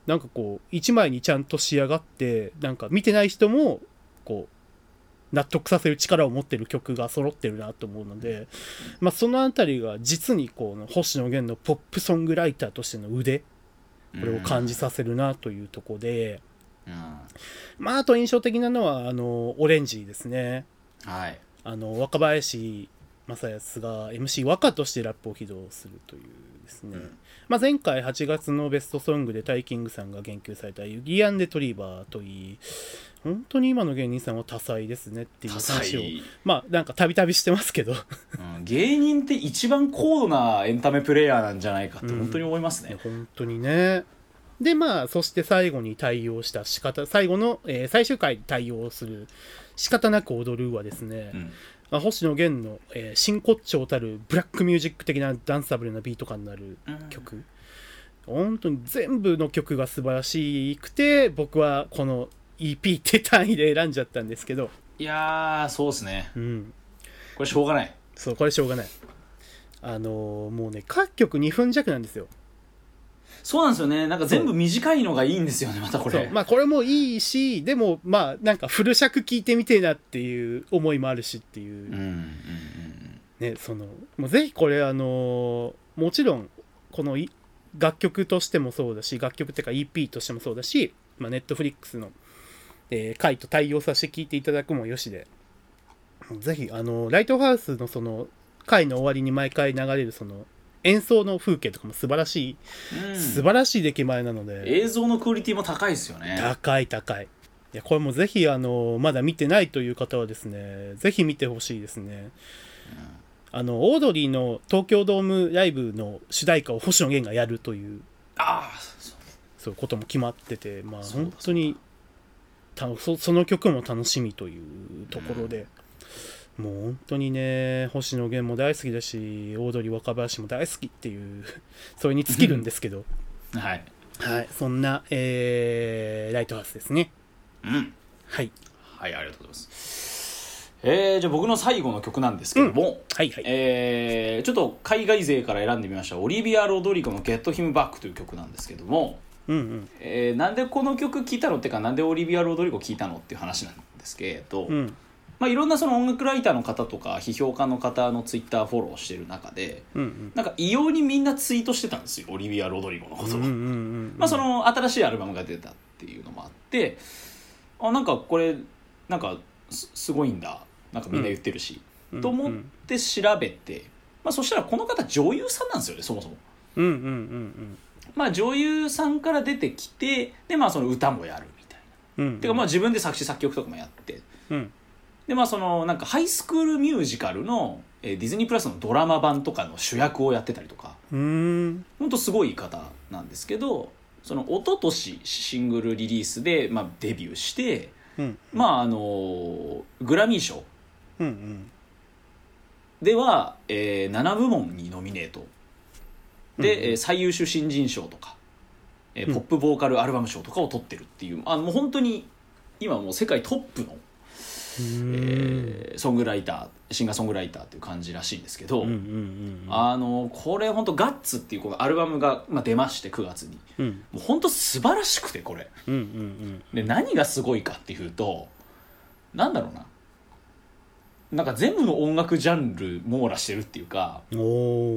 なんかこう一枚にちゃんと仕上がってなんか見てない人もこう納得させる力を持ってる曲が揃ってるなと思うので、まあ、その辺りが実にこう星野源のポップソングライターとしての腕
ん
これを感じさせるなというところで、
うん
まあ、あと印象的なのはあのオレンジですね。
はい
あの若林正康が MC 和歌としてラップを披露するというですね、
うん
まあ、前回8月のベストソングでタイキングさんが言及された「ユギアン・デ・トリバー」といい本当に今の芸人さんは多彩ですねっていう
多
話を
彩、
まあなんかたびたびしてますけど
うん、芸人って一番高度なエンタメプレイヤーなんじゃないかって本当に思いますね、
ね 本当にねでまあそして最後に対応した仕方最後の、えー最終回に対応する「仕方なく踊る」はですね、
うん
まあ星野源の、えー、真骨頂たるブラックミュージック的なダンサブルなビート感のある曲、本当に全部の曲が素晴らしくて僕はこの EP って単位で選んじゃったんですけど、
いやーそうですね
うん、
これしょうがない
そうこれしょうがないあのーもうね各曲2分弱なんですよ
そうなんですよねなんか全部短いのがいいんですよねまたこ
そう
れ、
まあこれもいいしでもまあなんかフル尺聴いてみてえなっていう思いもあるしっていう、
うんうんうん
ねそのもうぜひこれあのーもちろんこのい楽曲としてもそうだし楽曲っていうか EP としてもそうだし、まあ、Netflix の、えー回と対応させて聞いていただくもよしでぜひあのーライトハウスのその回の終わりに毎回流れるその演奏の風景とかも素晴らしい、
うんうん
素晴らしい出来栄えなので
映像のクオリティも高いですよね
高い高いいやこれもぜひあのーまだ見てないという方はですねぜひ見てほしいですねあのオードリーの東京ドームライブの主題歌を星野源がやるという
ああそう
そういうことも決まってて、まあ、
そうだ
本当にたそその曲も楽しみというところで、もう本当にね星野源も大好きだしオードリー若林も大好きっていう それに尽きるんですけど、
はい
はい、そんな、えーライトハウスですね。
うん
はい、
はい、ありがとうございます。えー、じゃあ僕の最後の曲なんですけども、
はい、はい、
えーちょっと海外勢から選んでみましたオリビア・ロドリゴの「Get Him Back」という曲なんですけども、
うんうん
えーなんでこの曲聴いたのっていうかなんでオリビア・ロドリゴ聴いたのっていう話なんですけど、
うん
まあ、いろんなその音楽ライターの方とか批評家の方のツイッターフォローしてる中で
うんうん
なんか異様にみんなツイートしてたんですよオリビア・ロドリゴのことを。
うんうんうん
まあ、その新しいアルバムが出たっていうのもあってあなんかこれなんかすすごいんだなんかみんな言ってるし、
うん
と思って調べて、まあ、そしたらこの方女優さんなんですよねそもそも。
うんうんうん
まあ、女優さんから出てきてで、まあ、その歌もやるみたい
うんうん
な。てかまあ自分で作詞作曲とかもやって
うん
でまあそのなんかハイスクールミュージカルの、えーディズニープラスのドラマ版とかの主役をやってたりとか。
うーん
本当すごい方なんですけどその一昨年シングルリリースで、まあ、デビューして、
うん
まあ、あのグラミー賞
うんうん
では、え7部門にノミネートで、
うん
えー最優秀新人賞とか、えー
うん
ポップボーカルアルバム賞とかを取ってるっていうあのもう本当に今もう世界トップの、え
え
ーソングライターシンガーソングライターっていう感じらしいんですけど、
うんうんうんうん
あのこれ本当ガッツっていうこのアルバムが、まあ、出まして9月に。
うん
もう本当素晴らしくてこれ
うんうん
で何がすごいかっていうとなんだろうななんか全部の音楽ジャンル網羅してるっていうか、
うんお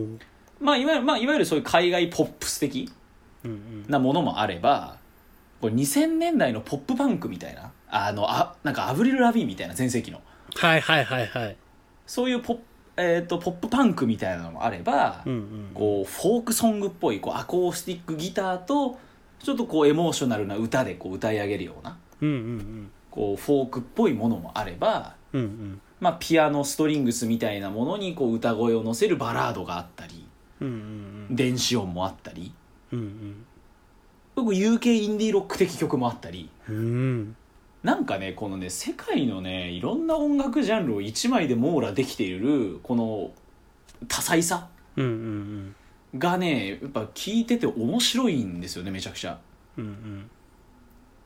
ー
まあ、いわゆるまあいわゆるそういう海外ポップス的
うんうん
なものもあればこれ2000年代のポップパンクみたいなあのあなんかアブリル・ラビーみたいな全盛期の
はいはいはいはい
そういうポッ,、えー、とポップパンクみたいなのもあれば、
うんうん
こうフォークソングっぽいこうアコースティックギターとちょっとこうエモーショナルな歌でこう歌い上げるような
うんうん
こうフォークっぽいものもあれば、
うんうん
まあ、ピアノストリングスみたいなものにこう歌声を乗せるバラードがあったり
うんうん
電子音もあったり
うんうん
僕 UK インディーロック的曲もあったり
うん
なんかねこのね世界のねいろんな音楽ジャンルを一枚で網羅できているこの多彩さ
うんうんうん
がねやっぱ聞いてて面白いんですよねめちゃくちゃ。
うんうん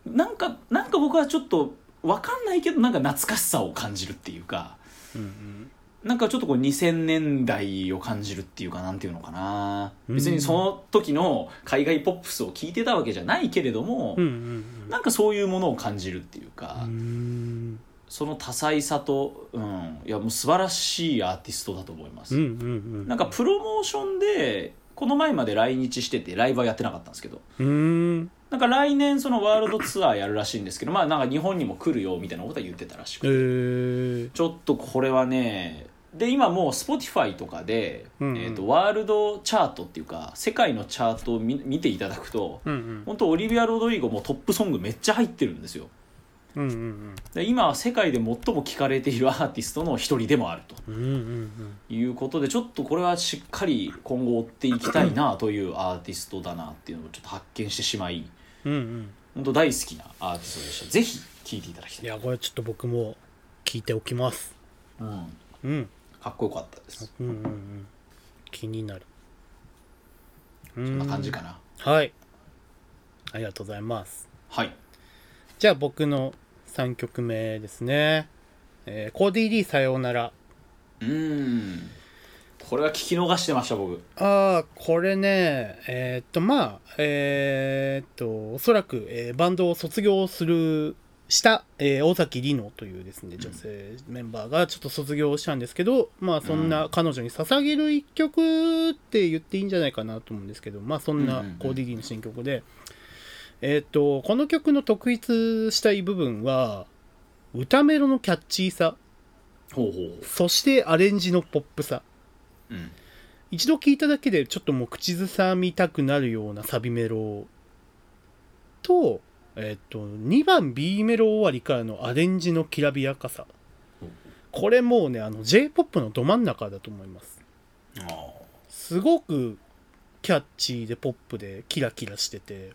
なんかなんか僕はちょっと分かんないけどなんか懐かしさを感じるっていうか。
うん
なんかちょっとこう2000年代を感じるっていうかなんていうのかな
うん
別にその時の海外ポップスを聞いてたわけじゃないけれども、
うんうん
なんかそういうものを感じるっていう
う
か、
ん
その多彩さと、うん、いやもう素晴らしいアーティストだと思います、
うんうんうん
なんかプロモーションでこの前まで来日しててライブはやってなかったんですけど
うん
なんか来年そのワールドツアーやるらしいんですけどまあなんか日本にも来るよみたいなことは言ってたらしくて
えー
ちょっとこれはねで今もう Spotify とかで、
うんうん
えー、とワールドチャートっていうか世界のチャートを見見ていただくと
うんうん
本当オリビア・ロドリゴもトップソングめっちゃ入ってるんですよ
うんうん
で今は世界で最も聴かれているアーティストの一人でもあると
うんうんうん
いうことでちょっとこれはしっかり今後追っていきたいなというアーティストだなっていうのをちょっと発見してしまい
うんうん
本当大好きなアーティストでしたぜひ聴いていただき
い
たい、
やこれちょっと僕も聞いておきます
うん、
うん
かっこよかったです
うんうんうん気になるそ
そ
ん
んな感じかな
はいありがとうございます
はい
じゃあ僕の3曲目ですね、えー、コーディ・リーさようなら
うーんこれは聞き逃してました僕
ああこれねえーっとまあえーっとおそらく、えーバンドを卒業するした、えー尾崎里乃というですね女性メンバーがちょっと卒業したんですけどまあそんな彼女に捧げる一曲って言っていいんじゃないかなと思うんですけどまあそん
う
なん
うんうん
コーディリーの新曲で、えーっとこの曲の特筆したい部分は歌メロのキャッチーさ
ほうほう
そしてアレンジのポップさ
うん
一度聞いただけでちょっともう口ずさみたくなるようなサビメロと,、えっと2番 B メロ終わりからのアレンジのきらびやかさ
うん
これもうねあの j p o p のど真ん中だと思います
ああ
すごくキャッチーでポップでキラキラしてて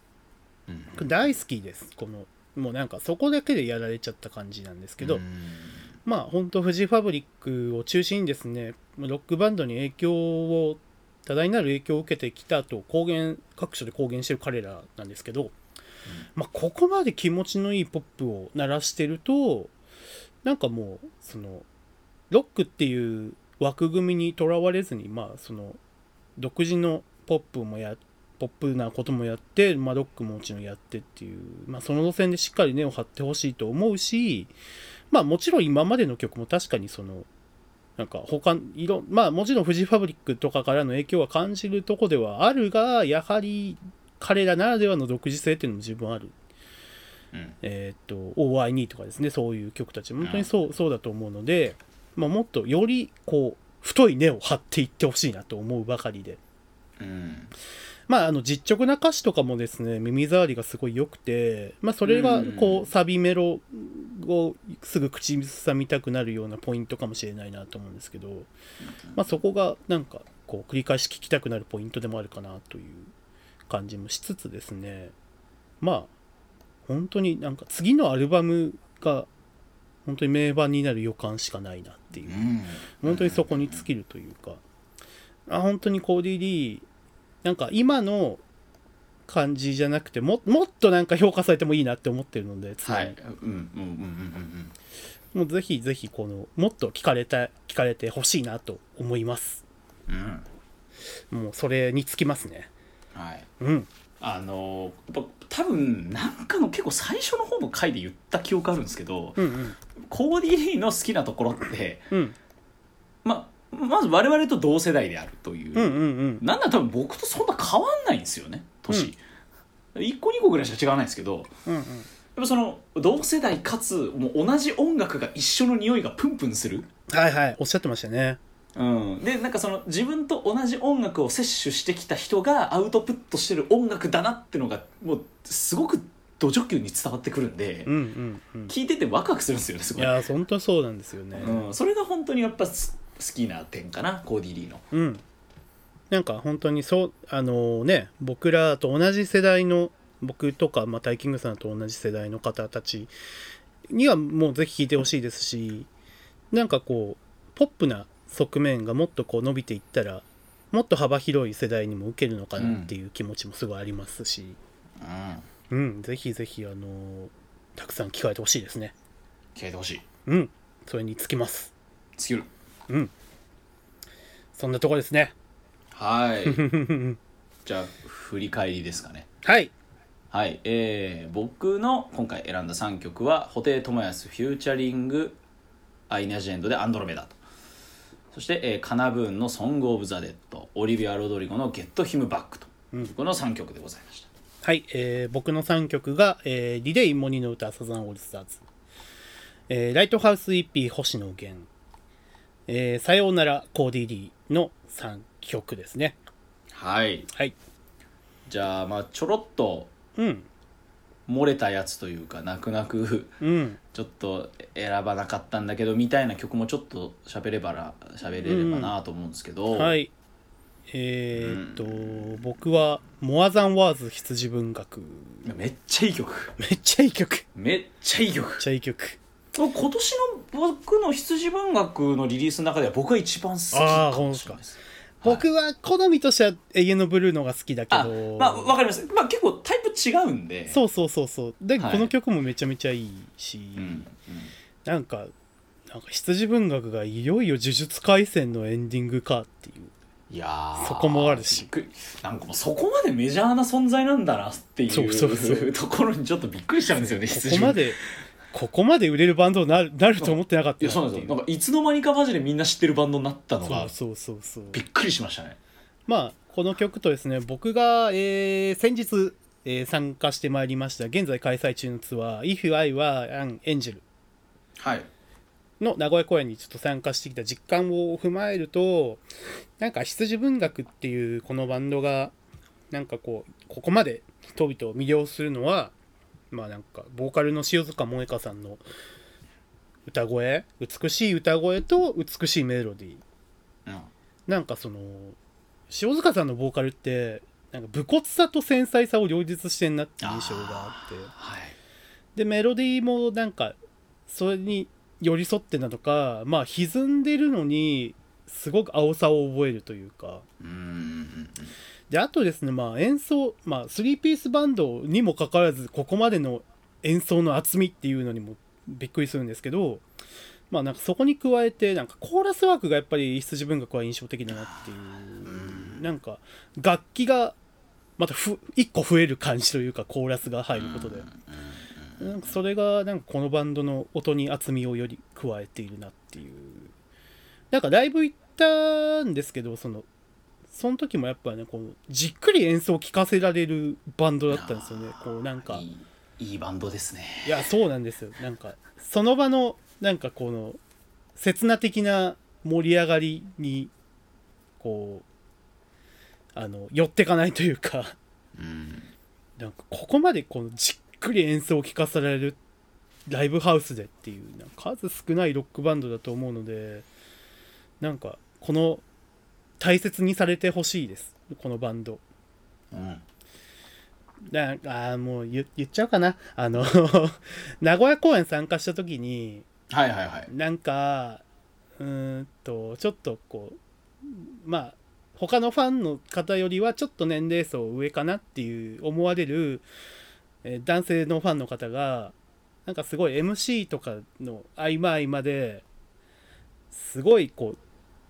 うん
大好きですこのもうなんかそこだけでやられちゃった感じなんですけど、
うーん
まあ本当フジファブリックを中心にですねロックバンドに影響を多大なる影響を受けてきたと公言各所で公言してる彼らなんですけど、まあ、ここまで気持ちのいいポップを鳴らしてるとなんかもうそのロックっていう枠組みにとらわれずにまあその独自のポップもやポップなこともやって、まあ、ロックももちろんやってっていう、まあ、その路線でしっかり根を張ってほしいと思うし、まあもちろん今までの曲も確かにそのなんか他いろまあもちろんフジファブリックとかからの影響は感じるとこではあるがやはり彼らならではの独自性っていうのも十分ある
うん
えーっと「o i n とかですねそういう曲たち本当にそうそうだと思うので、まあ、もっとよりこう太い根を張っていってほしいなと思うばかりで
うん
まあ、あの実直な歌詞とかもですね耳障りがすごい良くて、まあ、それがこ
うん
うサビメロをすぐ口ずさみたくなるようなポイントかもしれないなと思うんですけど、まあ、そこがなんかこう繰り返し聴きたくなるポイントでもあるかなという感じもしつつですねまあ本当になんか次のアルバムが本当に名盤になる予感しかないなっていう本当にそこに尽きるというか、あ本当にコーディ・リーなんか今の感じじゃなくてももっとなんか評価されてもいいなって思ってるので、常に
はいうんうんうんうん
もうぜひぜひこのもっと聞かれた聞かれてほしいなと思います
うんうんうん
もうそれにつきますね
はい
うん
あのやっぱ多分なんかの結構最初の方の回で言った記憶あるんですけど
うんうん
コーディ・リーの好きなところって
うん
ままず我々と同世代であるという、
うんうんうん
なんだ多分僕とそんな変わんないんですよね年、1個2個ぐらいしか違わないんですけどやっ
うん
ぱその同世代かつもう同じ音楽が一緒の匂いがプンプンする、
はいはいおっしゃってましたね
うん、でなんかその自分と同じ音楽を摂取してきた人がアウトプットしてる音楽だなってのがもうすごく土直球に伝わってくるんで、
うんうんうん
聞いててワクワクするんですよねす
い
ごい、
やー本当そうなんですよね、
うん、それが本当にやっぱす好きな点かなコーディ・リーの。
うん、なんか本当にそうあのね僕らと同じ世代の僕とか、まあ、タイキングさんと同じ世代の方たちにはもうぜひ聴いてほしいですしなんかこうポップな側面がもっとこう伸びていったらもっと幅広い世代にも受けるのかなっていう気持ちもすごいありますし、
うん
うんぜひぜひあのたくさん聞かれてほしいですね
聞いてほしい
うんそれにつきます
つける
そんなとこですね
はい じゃあ振り返りですかね
はい
はい、えー僕の今回選んだ3曲は布袋寅泰フューチャリングアイナ・ジ・エンドで「アンドロメダ」とそして、えーカナブーンの「ソング・オブ・ザ・デッド」オリビア・ロドリゴの「ゲット・ヒム・バック」と、この3曲でございました
はい、えー僕の3曲が、えーリレイ・モニの歌、サザンオールスターズ、えーライトハウス EP、星野源、えーさようならコーディリーの3曲ですね。
はい
はい。
じゃあまあちょろっと
うん。
漏れたやつというか泣く泣く
うん。
ちょっと選ばなかったんだけどみたいな曲もちょっと喋ればな喋れればなと思うんですけど、
はい。えーっと、僕は、モアザンワーズ羊文学。
めっちゃいい曲
めっちゃいい曲。めっ
めっちゃいい曲
ちゃいい曲。
今年の僕の羊文学のリリースの中では僕が一番好き
あ
か
ー
もしれないです
僕は好みとしては永遠のブルーのが好きだけ
あ
ど。
まあわかりますまあ結構タイプ違うんで
そうそうそうそう。で、
はい
この曲もめちゃめちゃいいし、
うん、うん
なんか、なんか羊文学がいよいよ呪術廻戦のエンディングかっていう。
いやー
そこもあるし
びっくりなんかもうそこまでメジャーな存在なんだなっていう
そうそうそう
ところにちょっとびっくりしちゃうんですよね
こ
羊
こまで、ここまで売れるバンドになるなると思ってなかった
いやそうなんですよなんかいつの間にかマジでみんな知ってるバンドになったのが
そうそうそうそう。
びっくりしましたね
まあ、この曲とですね、僕が、えー先日、えー参加してまいりました、現在開催中のツアー、If I Were an Angel
はい
の名古屋公演にちょっと参加してきた実感を踏まえると、なんか羊文学っていうこのバンドが、なんかこう、ここまで人々を魅了するのは、まあなんか、ボーカルの塩塚萌香さんの歌声、美しい歌声と美しいメロディー。
うん
なんかその塩塚さんのボーカルってなんか武骨さと繊細さを両立してんなっていう印象があって
はい
でメロディーもなんかそれに寄り添ってなのかまあ歪んでるのにすごく青さを覚えるというか
うんうんうん
であとですねまあ演奏まあ3ピースバンドにもかかわらずここまでの演奏の厚みっていうのにもびっくりするんですけどまあなんかそこに加えてなんかコーラスワークがやっぱり羊文学は印象的だなっていうなんか楽器がまたふ1個増える感じというかコーラスが入ることでなんかそれがなんかこのバンドの音に厚みをより加えているなっていうなんかライブ行ったんですけどそのその時もやっぱねこうじっくり演奏を聴かせられるバンドだったんですよねこうなんか
いいいいバンドですね
いやそうなんですよなんかその場のなんかこの刹那的な盛り上がりにこうあの寄ってかないというか
うん
なんかここまでこのじっくり演奏を聴かされるライブハウスでっていうなんか数少ないロックバンドだと思うのでなんかこの大切にされてほしいですこのバンド
うん
なんかあーもう言言っちゃおうかなあの 名古屋公演参加した時に
はいはいはい
なんかうーんとちょっとこうまあ他のファンの方よりはちょっと年齢層上かなっていう思われる、えー男性のファンの方がなんかすごい MC とかの合間合間ですごいこう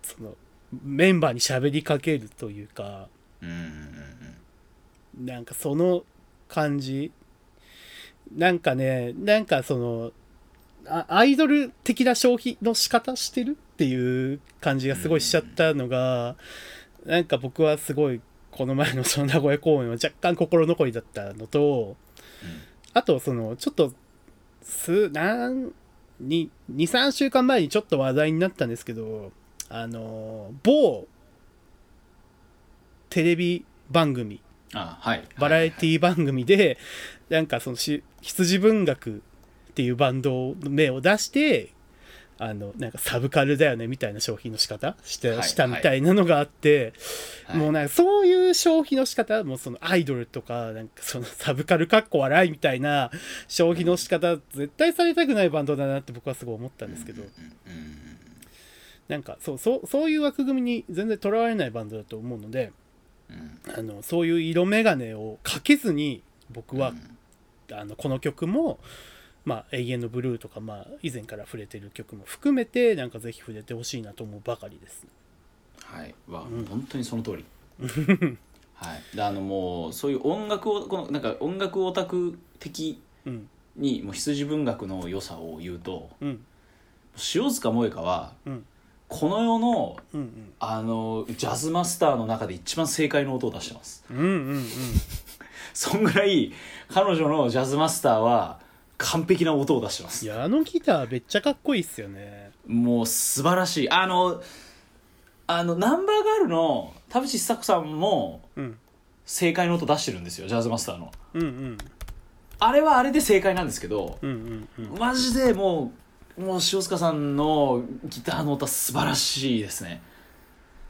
そのメンバーに喋りかけるというか
うんうん
なんかその感じなんかねなんかそのあアイドル的な消費の仕方してるっていう感じがすごいしちゃったのが、なんか僕はすごいこの前のその名古屋公演は若干心残りだったのと、あとそのちょっと数何23週間前にちょっと話題になったんですけどあの某テレビ番組
あはい
バラエティ番組で、なんかそのし羊文学っていうバンドの目を出して、あの、なんかサブカルだよねみたいな消費の仕方して、
はい
したみたいなのがあって、
はい
もうなんかそういう消費の仕方、もうそのアイドルとか、なんかそのサブカルかっこ笑いみたいな消費の仕方、絶対されたくないバンドだなって僕はすごい思ったんですけど、
うん
なんかそう、そう、そういう枠組みに全然とらわれないバンドだと思うので、
うん
あのそういう色眼鏡をかけずに僕は
うん、
あのこの曲も「まあ、永遠のブルー」とか、まあ、以前から触れてる曲も含めてなんかぜひ触れてほしいなと思うばかりです。
はいわ
うん
本当にその 通りはいであのもうそういう音楽をこのなんか音楽オタク的
うん
にもう羊文学の良さを言うと
うん
塩塚萌香は
うん
この世の
うんうん
あのジャズマスターの中で一番正解の音を出してます
うんうんうん
そんぐらい彼女のジャズマスターは完璧な音を出してま
い
す
やあのギターめっちゃかっこいいっすよね
もう素晴らしいあのあのナンバーガールの田淵久子さんも
うん
正解の音出してるんですよジャズマスターの
うんうん
あれはあれで正解なんですけど
うんうんうん
マジでもうもう塩塚さんのギターの音は素晴らしいですね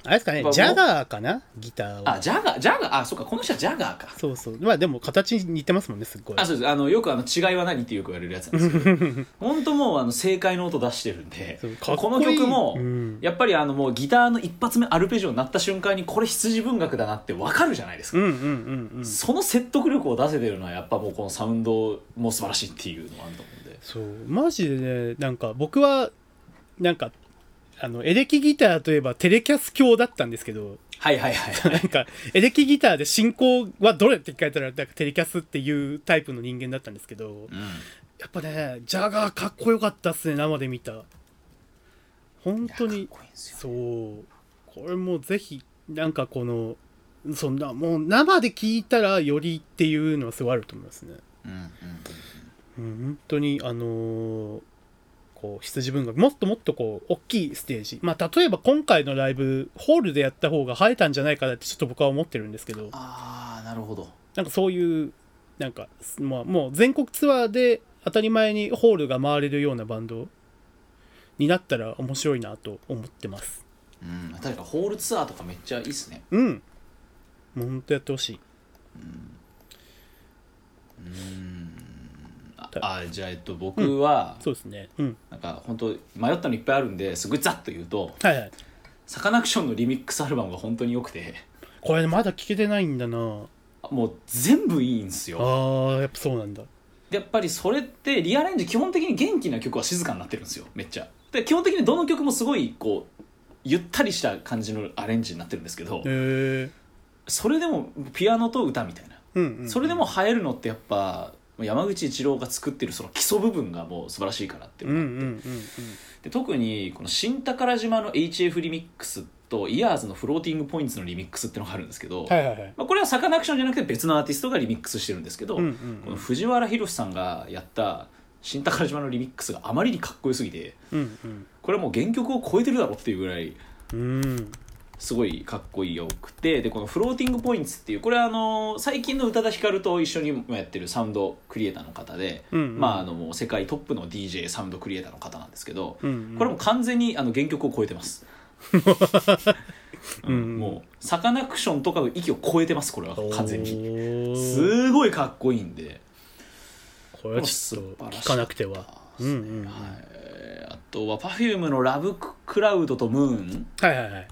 あれですかね
まあ
ジャガーかなギターは
あジャガージャガーあそっかこの人はジャガーか
そうそうまあでも形似てますもんねすっごい
あそうですあのよくあの違いは何ってよく言われるやつなんですけど 本当もうあの正解の音出してるんで
そうか
こ
っこ
の
いい
曲も、
うん
やっぱりあのもうギターの一発目アルペジオになった瞬間にこれ羊文学だなって分かるじゃないです
う
か、
んうんうんうん
その説得力を出せてるのはやっぱもうこのサウンドも素晴らしいっていうのがあると思うんで
そうマジでねなんか僕はなんかあのエレキギターといえばテレキャス教だったんですけど
はいはいはいはい
なんかエレキギターで進行はどれって聞かれたらなんかテレキャスっていうタイプの人間だったんですけど
うん
やっぱねジャガーかっこよかったっすね生で見た本当
いや
に
かっこいいんですよ
そうこれもうぜひなんかこのそんなもう生で聞いたらよりっていうのはすごいあると思いますね
うんうんうん
うん本当にあのーこう羊文学もっともっとこう大きいステージまあ例えば今回のライブホールでやった方が映えたんじゃないかなってちょっと僕は思ってるんですけど
ああなるほど
なんかそういうなんか、まあ、もう全国ツアーで当たり前にホールが回れるようなバンドになったら面白いなと思ってます
うん確かホールツアーとかめっちゃいいっすね
うんもうほんとやってほしい
ああじゃあえっと僕は、
そうですねうん
なんか本当迷ったのいっぱいあるんですごいざっと言うと
はいはい
サカナクションのリミックスアルバムが本当に良くて
これまだ聞けてないんだな
もう全部いいんですよ
あーやっぱそうなんだ
でやっぱりそれってリアレンジ基本的に元気な曲は静かになってるんですよめっちゃで基本的にどの曲もすごいこうゆったりした感じのアレンジになってるんですけど
へえ
それでもピアノと歌みたいな
うん、うん、
それでも映えるのってやっぱ山口一郎が作ってるその基礎部分がもう素晴らしいかなっていう
う
の
んう
が
ん
あっ
う
て
んうん
で特にこの新宝島の HF リミックスとイヤーズのフローティングポイントのリミックスってのがあるんですけど、
はいはいはい
まあ、これはサカナクションじゃなくて別のアーティストがリミックスしてるんですけど、
うんうん
こ
う
の
ん
藤原宏さんがやった新宝島のリミックスがあまりにかっこよすぎて
うんうん
これはもう原曲を超えてるだろっていうぐらい
うん
すごいかっこいいよくてでこの「フローティング・ポインツ」っていうこれはあの最近の宇多田ヒカルと一緒にもやってるサウンドクリエイターの方で、
うんうん
まあ、あのもう世界トップの DJ サウンドクリエイターの方なんですけど、
うんうん
これも完全にあの原曲を超えてます。
うんうん
もうサカナクションとかの域を超えてますこれは完全に
おー
すごいかっこいいんで
これはちょっと聞かなくてはうんうんうん
は
はい
い、あとは Perfume の「ラブクラウドと「ムーン
はいはい」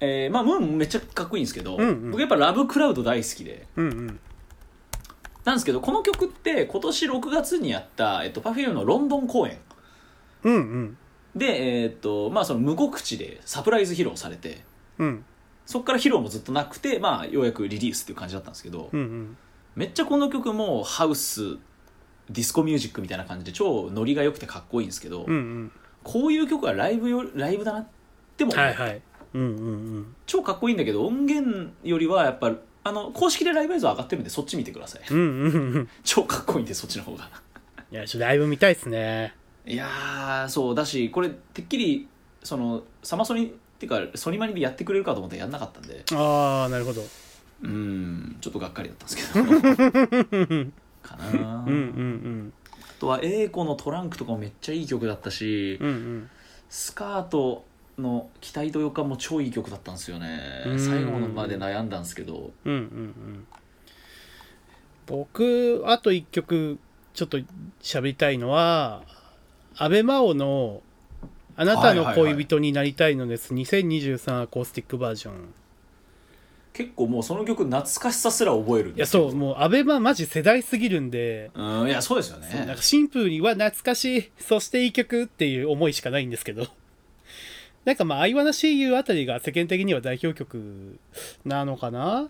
えーまあムーンめっちゃかっこいいんですけど、
うんうん
僕やっぱ「ラブクラウド」大好きで
うんうん
なんですけどこの曲って今年6月にやった、えっと、Perfume のロンドン公演
うんうん
で、えーっとまあ、その無告知でサプライズ披露されて
うん
そこから披露もずっとなくて、まあ、ようやくリリースっていう感じだったんですけど、
うんうん
めっちゃこの曲もハウスディスコミュージックみたいな感じで超ノリが良くてかっこいいんですけど、
うんうん
こういう曲はライブよライブだなっても、
はいはいうんうん
超かっこいいんだけど音源よりはやっぱあの公式でライブ映像上がってるんでそっち見てください
うんうんうんうん
超かっこいいんでそっちの方が
いやちょっとライブ見たいっすね
いやーそうだしこれてっきりそのサマソニっていうかソニマニでやってくれるかと思ったらやんなかったんで
ああなるほど
うーんちょっとがっかりだったん ですけどかなー
うんうん
あとは英子のトランクとかもめっちゃいい曲だったし、
うんうんうん
スカートの期待と予感も超いい曲だったんですよね
うん
最後まで悩んだんですけど
うんうんうん僕あと一曲ちょっと喋りたいのは安倍真央の「あなたの恋人になりたいのです」2023アコースティックバージョン
結構もうその曲懐かしさすら覚えるん
いや
ですけど
そうもう安倍真央マジ世代すぎるんで
うんいやそうですよ
そうなん
ね
かシンプルには懐かしいそしていい曲っていう思いしかないんですけど なんかまあ「I wanna see you」あたりが世間的には代表曲なのかな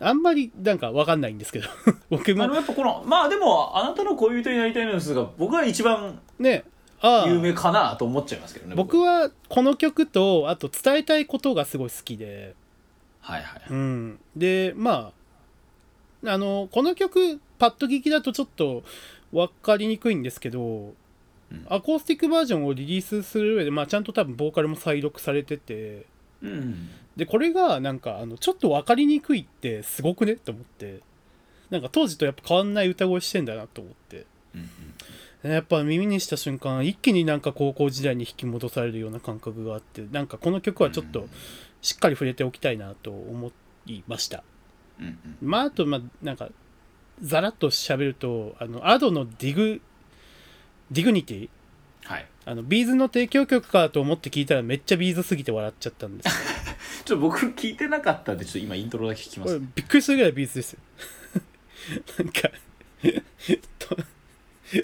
あんまりなんかわかんないんですけど 僕
まあで
も
もやっぱこのまあでもあなたの恋人になりたいのですが僕は一番
ねあ
有
あ
名かなと思っちゃいますけどね
僕はこの曲とあと伝えたいことがすごい好きで
はいはい
うんでまああのこの曲パッと聞きだとちょっと分かりにくいんですけど、
うん
アコースティックバージョンをリリースする上で、まあ、ちゃんと多分ボーカルも再録されてて
うん
でこれがなんかあのちょっと分かりにくいってすごくねと思ってなんか当時とやっぱ変わんない歌声してんだなと思って
うん
やっぱ耳にした瞬間一気になんか高校時代に引き戻されるような感覚があってなんかこの曲はちょっとしっかり触れておきたいなと思いました。
うんうん
まああとまあなんかざらっと喋るとあのアドのディグディグニティ
はい
あのビーズの提供曲かと思って聞いたらめっちゃビーズすぎて笑っちゃったんですよ
ちょっと僕聞いてなかったんでちょっと今イントロだけ聞きま
これ
す
びっくりするぐらいビーズですよ なんか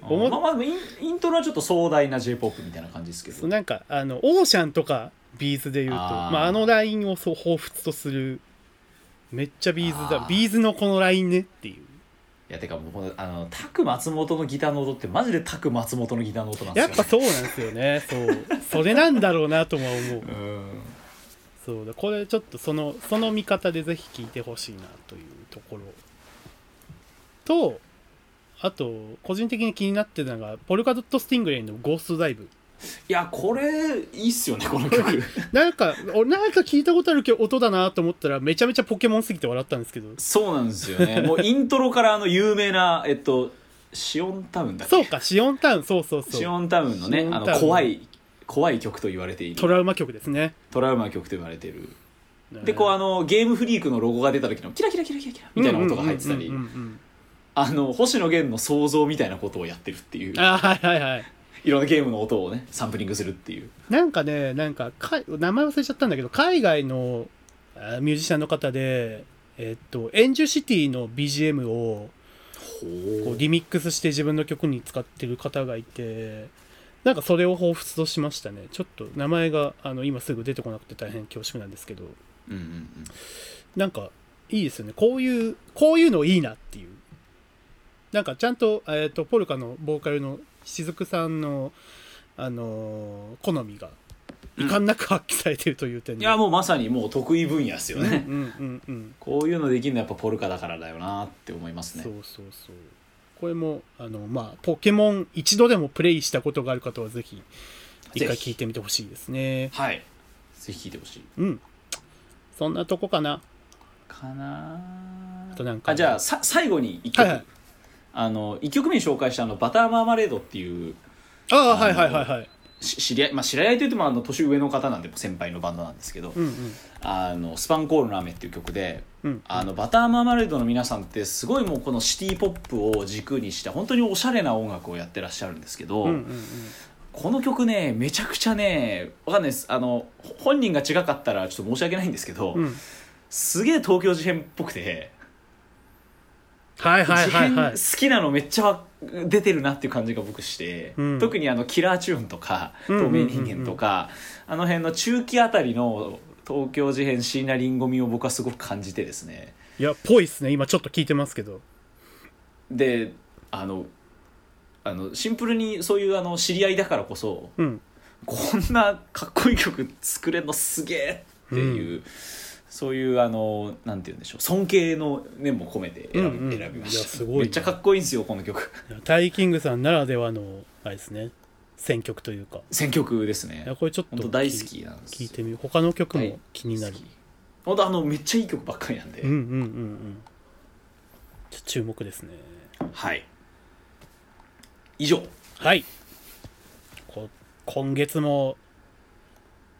思っ
まあまあでもインイントロはちょっと壮大な j p o p みたいな感じですけ
そ
ど
うなんかあのオーシャンとかビーズで言うと
あー
まあ、あのラインをそう彷彿とするめっちゃビーズ
あ
だ
ー
ビーズのこのラインねっていう
いやてかもうこのあのタク松本のギターの音ってマジでタク松本のギターの音なんで
や
す
っ
よ、ね、
ぱそうなんですよねそうそれなんだろうなとは思う
うん
そうだこれちょっとそのその見方でぜひ聞いてほしいなというところとあと個人的に気になってたのがポルカドット・スティングレイの「ゴーストダイブ
いやこれいいっすよねこの曲」
なんか俺なんか聞いたことあるけど音だなと思ったらめちゃめちゃポケモンすぎて笑ったんですけど
そうなんですよ ねもうイントロからあの有名なえっとシオンタウンだっけ
そうかシオンタウンそうそう
シ
そう
オンタウンのね
シオンタ
あ
ウン
の怖い怖い曲と言われてい
ト
る
ラウマ曲ですね
トラウマ曲と言われているでこうあのゲームフリークのロゴが出た時のキラキラキラキラキラみたいな音が入ってたり
うんうんうんうんうん
あの星野源の想像みたいなことをやってるっていう
あはいはいはい
いろんなゲームの音をねサンプリングするっていう
なんかね、なんかか、名前忘れちゃったんだけど、海外のあミュージシャンの方で、えっと、エンジュシティの BGM をこうリミックスして自分の曲に使ってる方がいて、なんかそれを彷彿としましたね。ちょっと名前があの今すぐ出てこなくて大変恐縮なんですけど、
うんうんうん
なんかいいですよね。こういう、こういうのいいなっていう。なんかちゃんと、えっと、ポルカのボーカルの雫さんの、あのー好みが遺憾なく発揮されてるという点
い
で、
やもうまさにもう得意分野ですよ
うんう
ね、
んうんうん
こういうのできるのはやっぱポルカだからだよなって思いますね
そうそうそうこれもあのまあポケモン一度でもプレイしたことがある方はぜひ一回
ぜ
聞
ひ
いてみてほしいですね
はいぜひ聞いてほしい
うんそんなとこかな
かな
あとなんか
あじゃあさ最後に一曲、
はいはい
あの一曲目に紹介したあの「バターマーマレード」っていう
ああ
あの
はいはいはいはい
し知り合い、まあ、知り合いといってもあの年上の方なんで先輩のバンドなんですけど「
うんうん
あのスパンコールの雨」っていう曲で
うん
あのバターマーマレードの皆さんってすごいもうこのシティ・ポップを軸にした本当におしゃれな音楽をやってらっしゃるんですけど、
うんうんうん
この曲ねめちゃくちゃねわかんないですあのほ本人が違かったらちょっと申し訳ないんですけど、
うん
すげえ東京事変っぽくて。
はいはいはいはい
事変好きなのめっちゃ出てるなっていう感じが僕して、
うん
特にあのキラーチューンとか
うんうんうん
透明人間とか、あの辺の中期あたりの東京事変椎名林檎味を僕はすごく感じてですね
いやぽいっすね今ちょっと聞いてますけど
であのあのシンプルにそういうあの知り合いだからこそ
うん
こんなかっこいい曲作れるのすげえっていう、そういうあのなんて言うんでしょう尊敬の念も込めて選び,、
うんうん
選びま
いや
した
すごいな
めっちゃかっこいいんですよこの曲
タイキングさんならではのあれですね選曲というか
選曲ですね
いやこれちょっと
本当大好きなんです
聞
よ
いてみる他の曲も気にな
大
る
好き本当あのめっちゃいい曲ばっかりなんで、
うんうんうんうんちょっと注目ですね
はい以上
はいこ今月も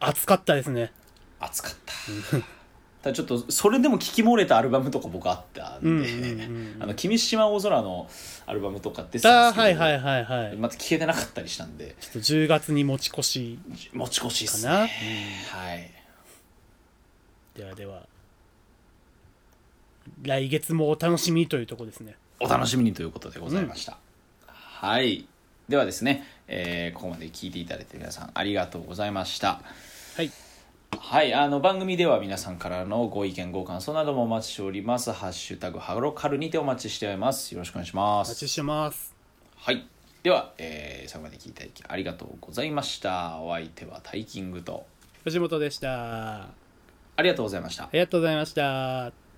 暑かったですね
熱かった ただちょっとそれでも聴き漏れたアルバムとか僕あったんで、
うんうんうんうん
あの君島大空のアルバムとか出てた
あ
ん
ー
ですけ
はい
ど、
はいはいはい
また聴けてなかったりしたんで
ちょっと10月に持ち越し
持ち越しっす
かな
ねはい
ではでは来月もお楽しみというとこですね
お楽しみにということでございました、はいではですね、えーここまで聞いていただいて皆さんありがとうございました
はい
はい、あの番組では皆さんからのご意見ご感想などもお待ちしております。ハッシュタグハロカルにてお待ちしております。よろしくお願いしま
お待
す。
ちしてます
はい、では、えー最後まで聞いていただきありがとうございました。お相手はタイキングと
藤本でしたあ
ありがとうございました。
りがとうございました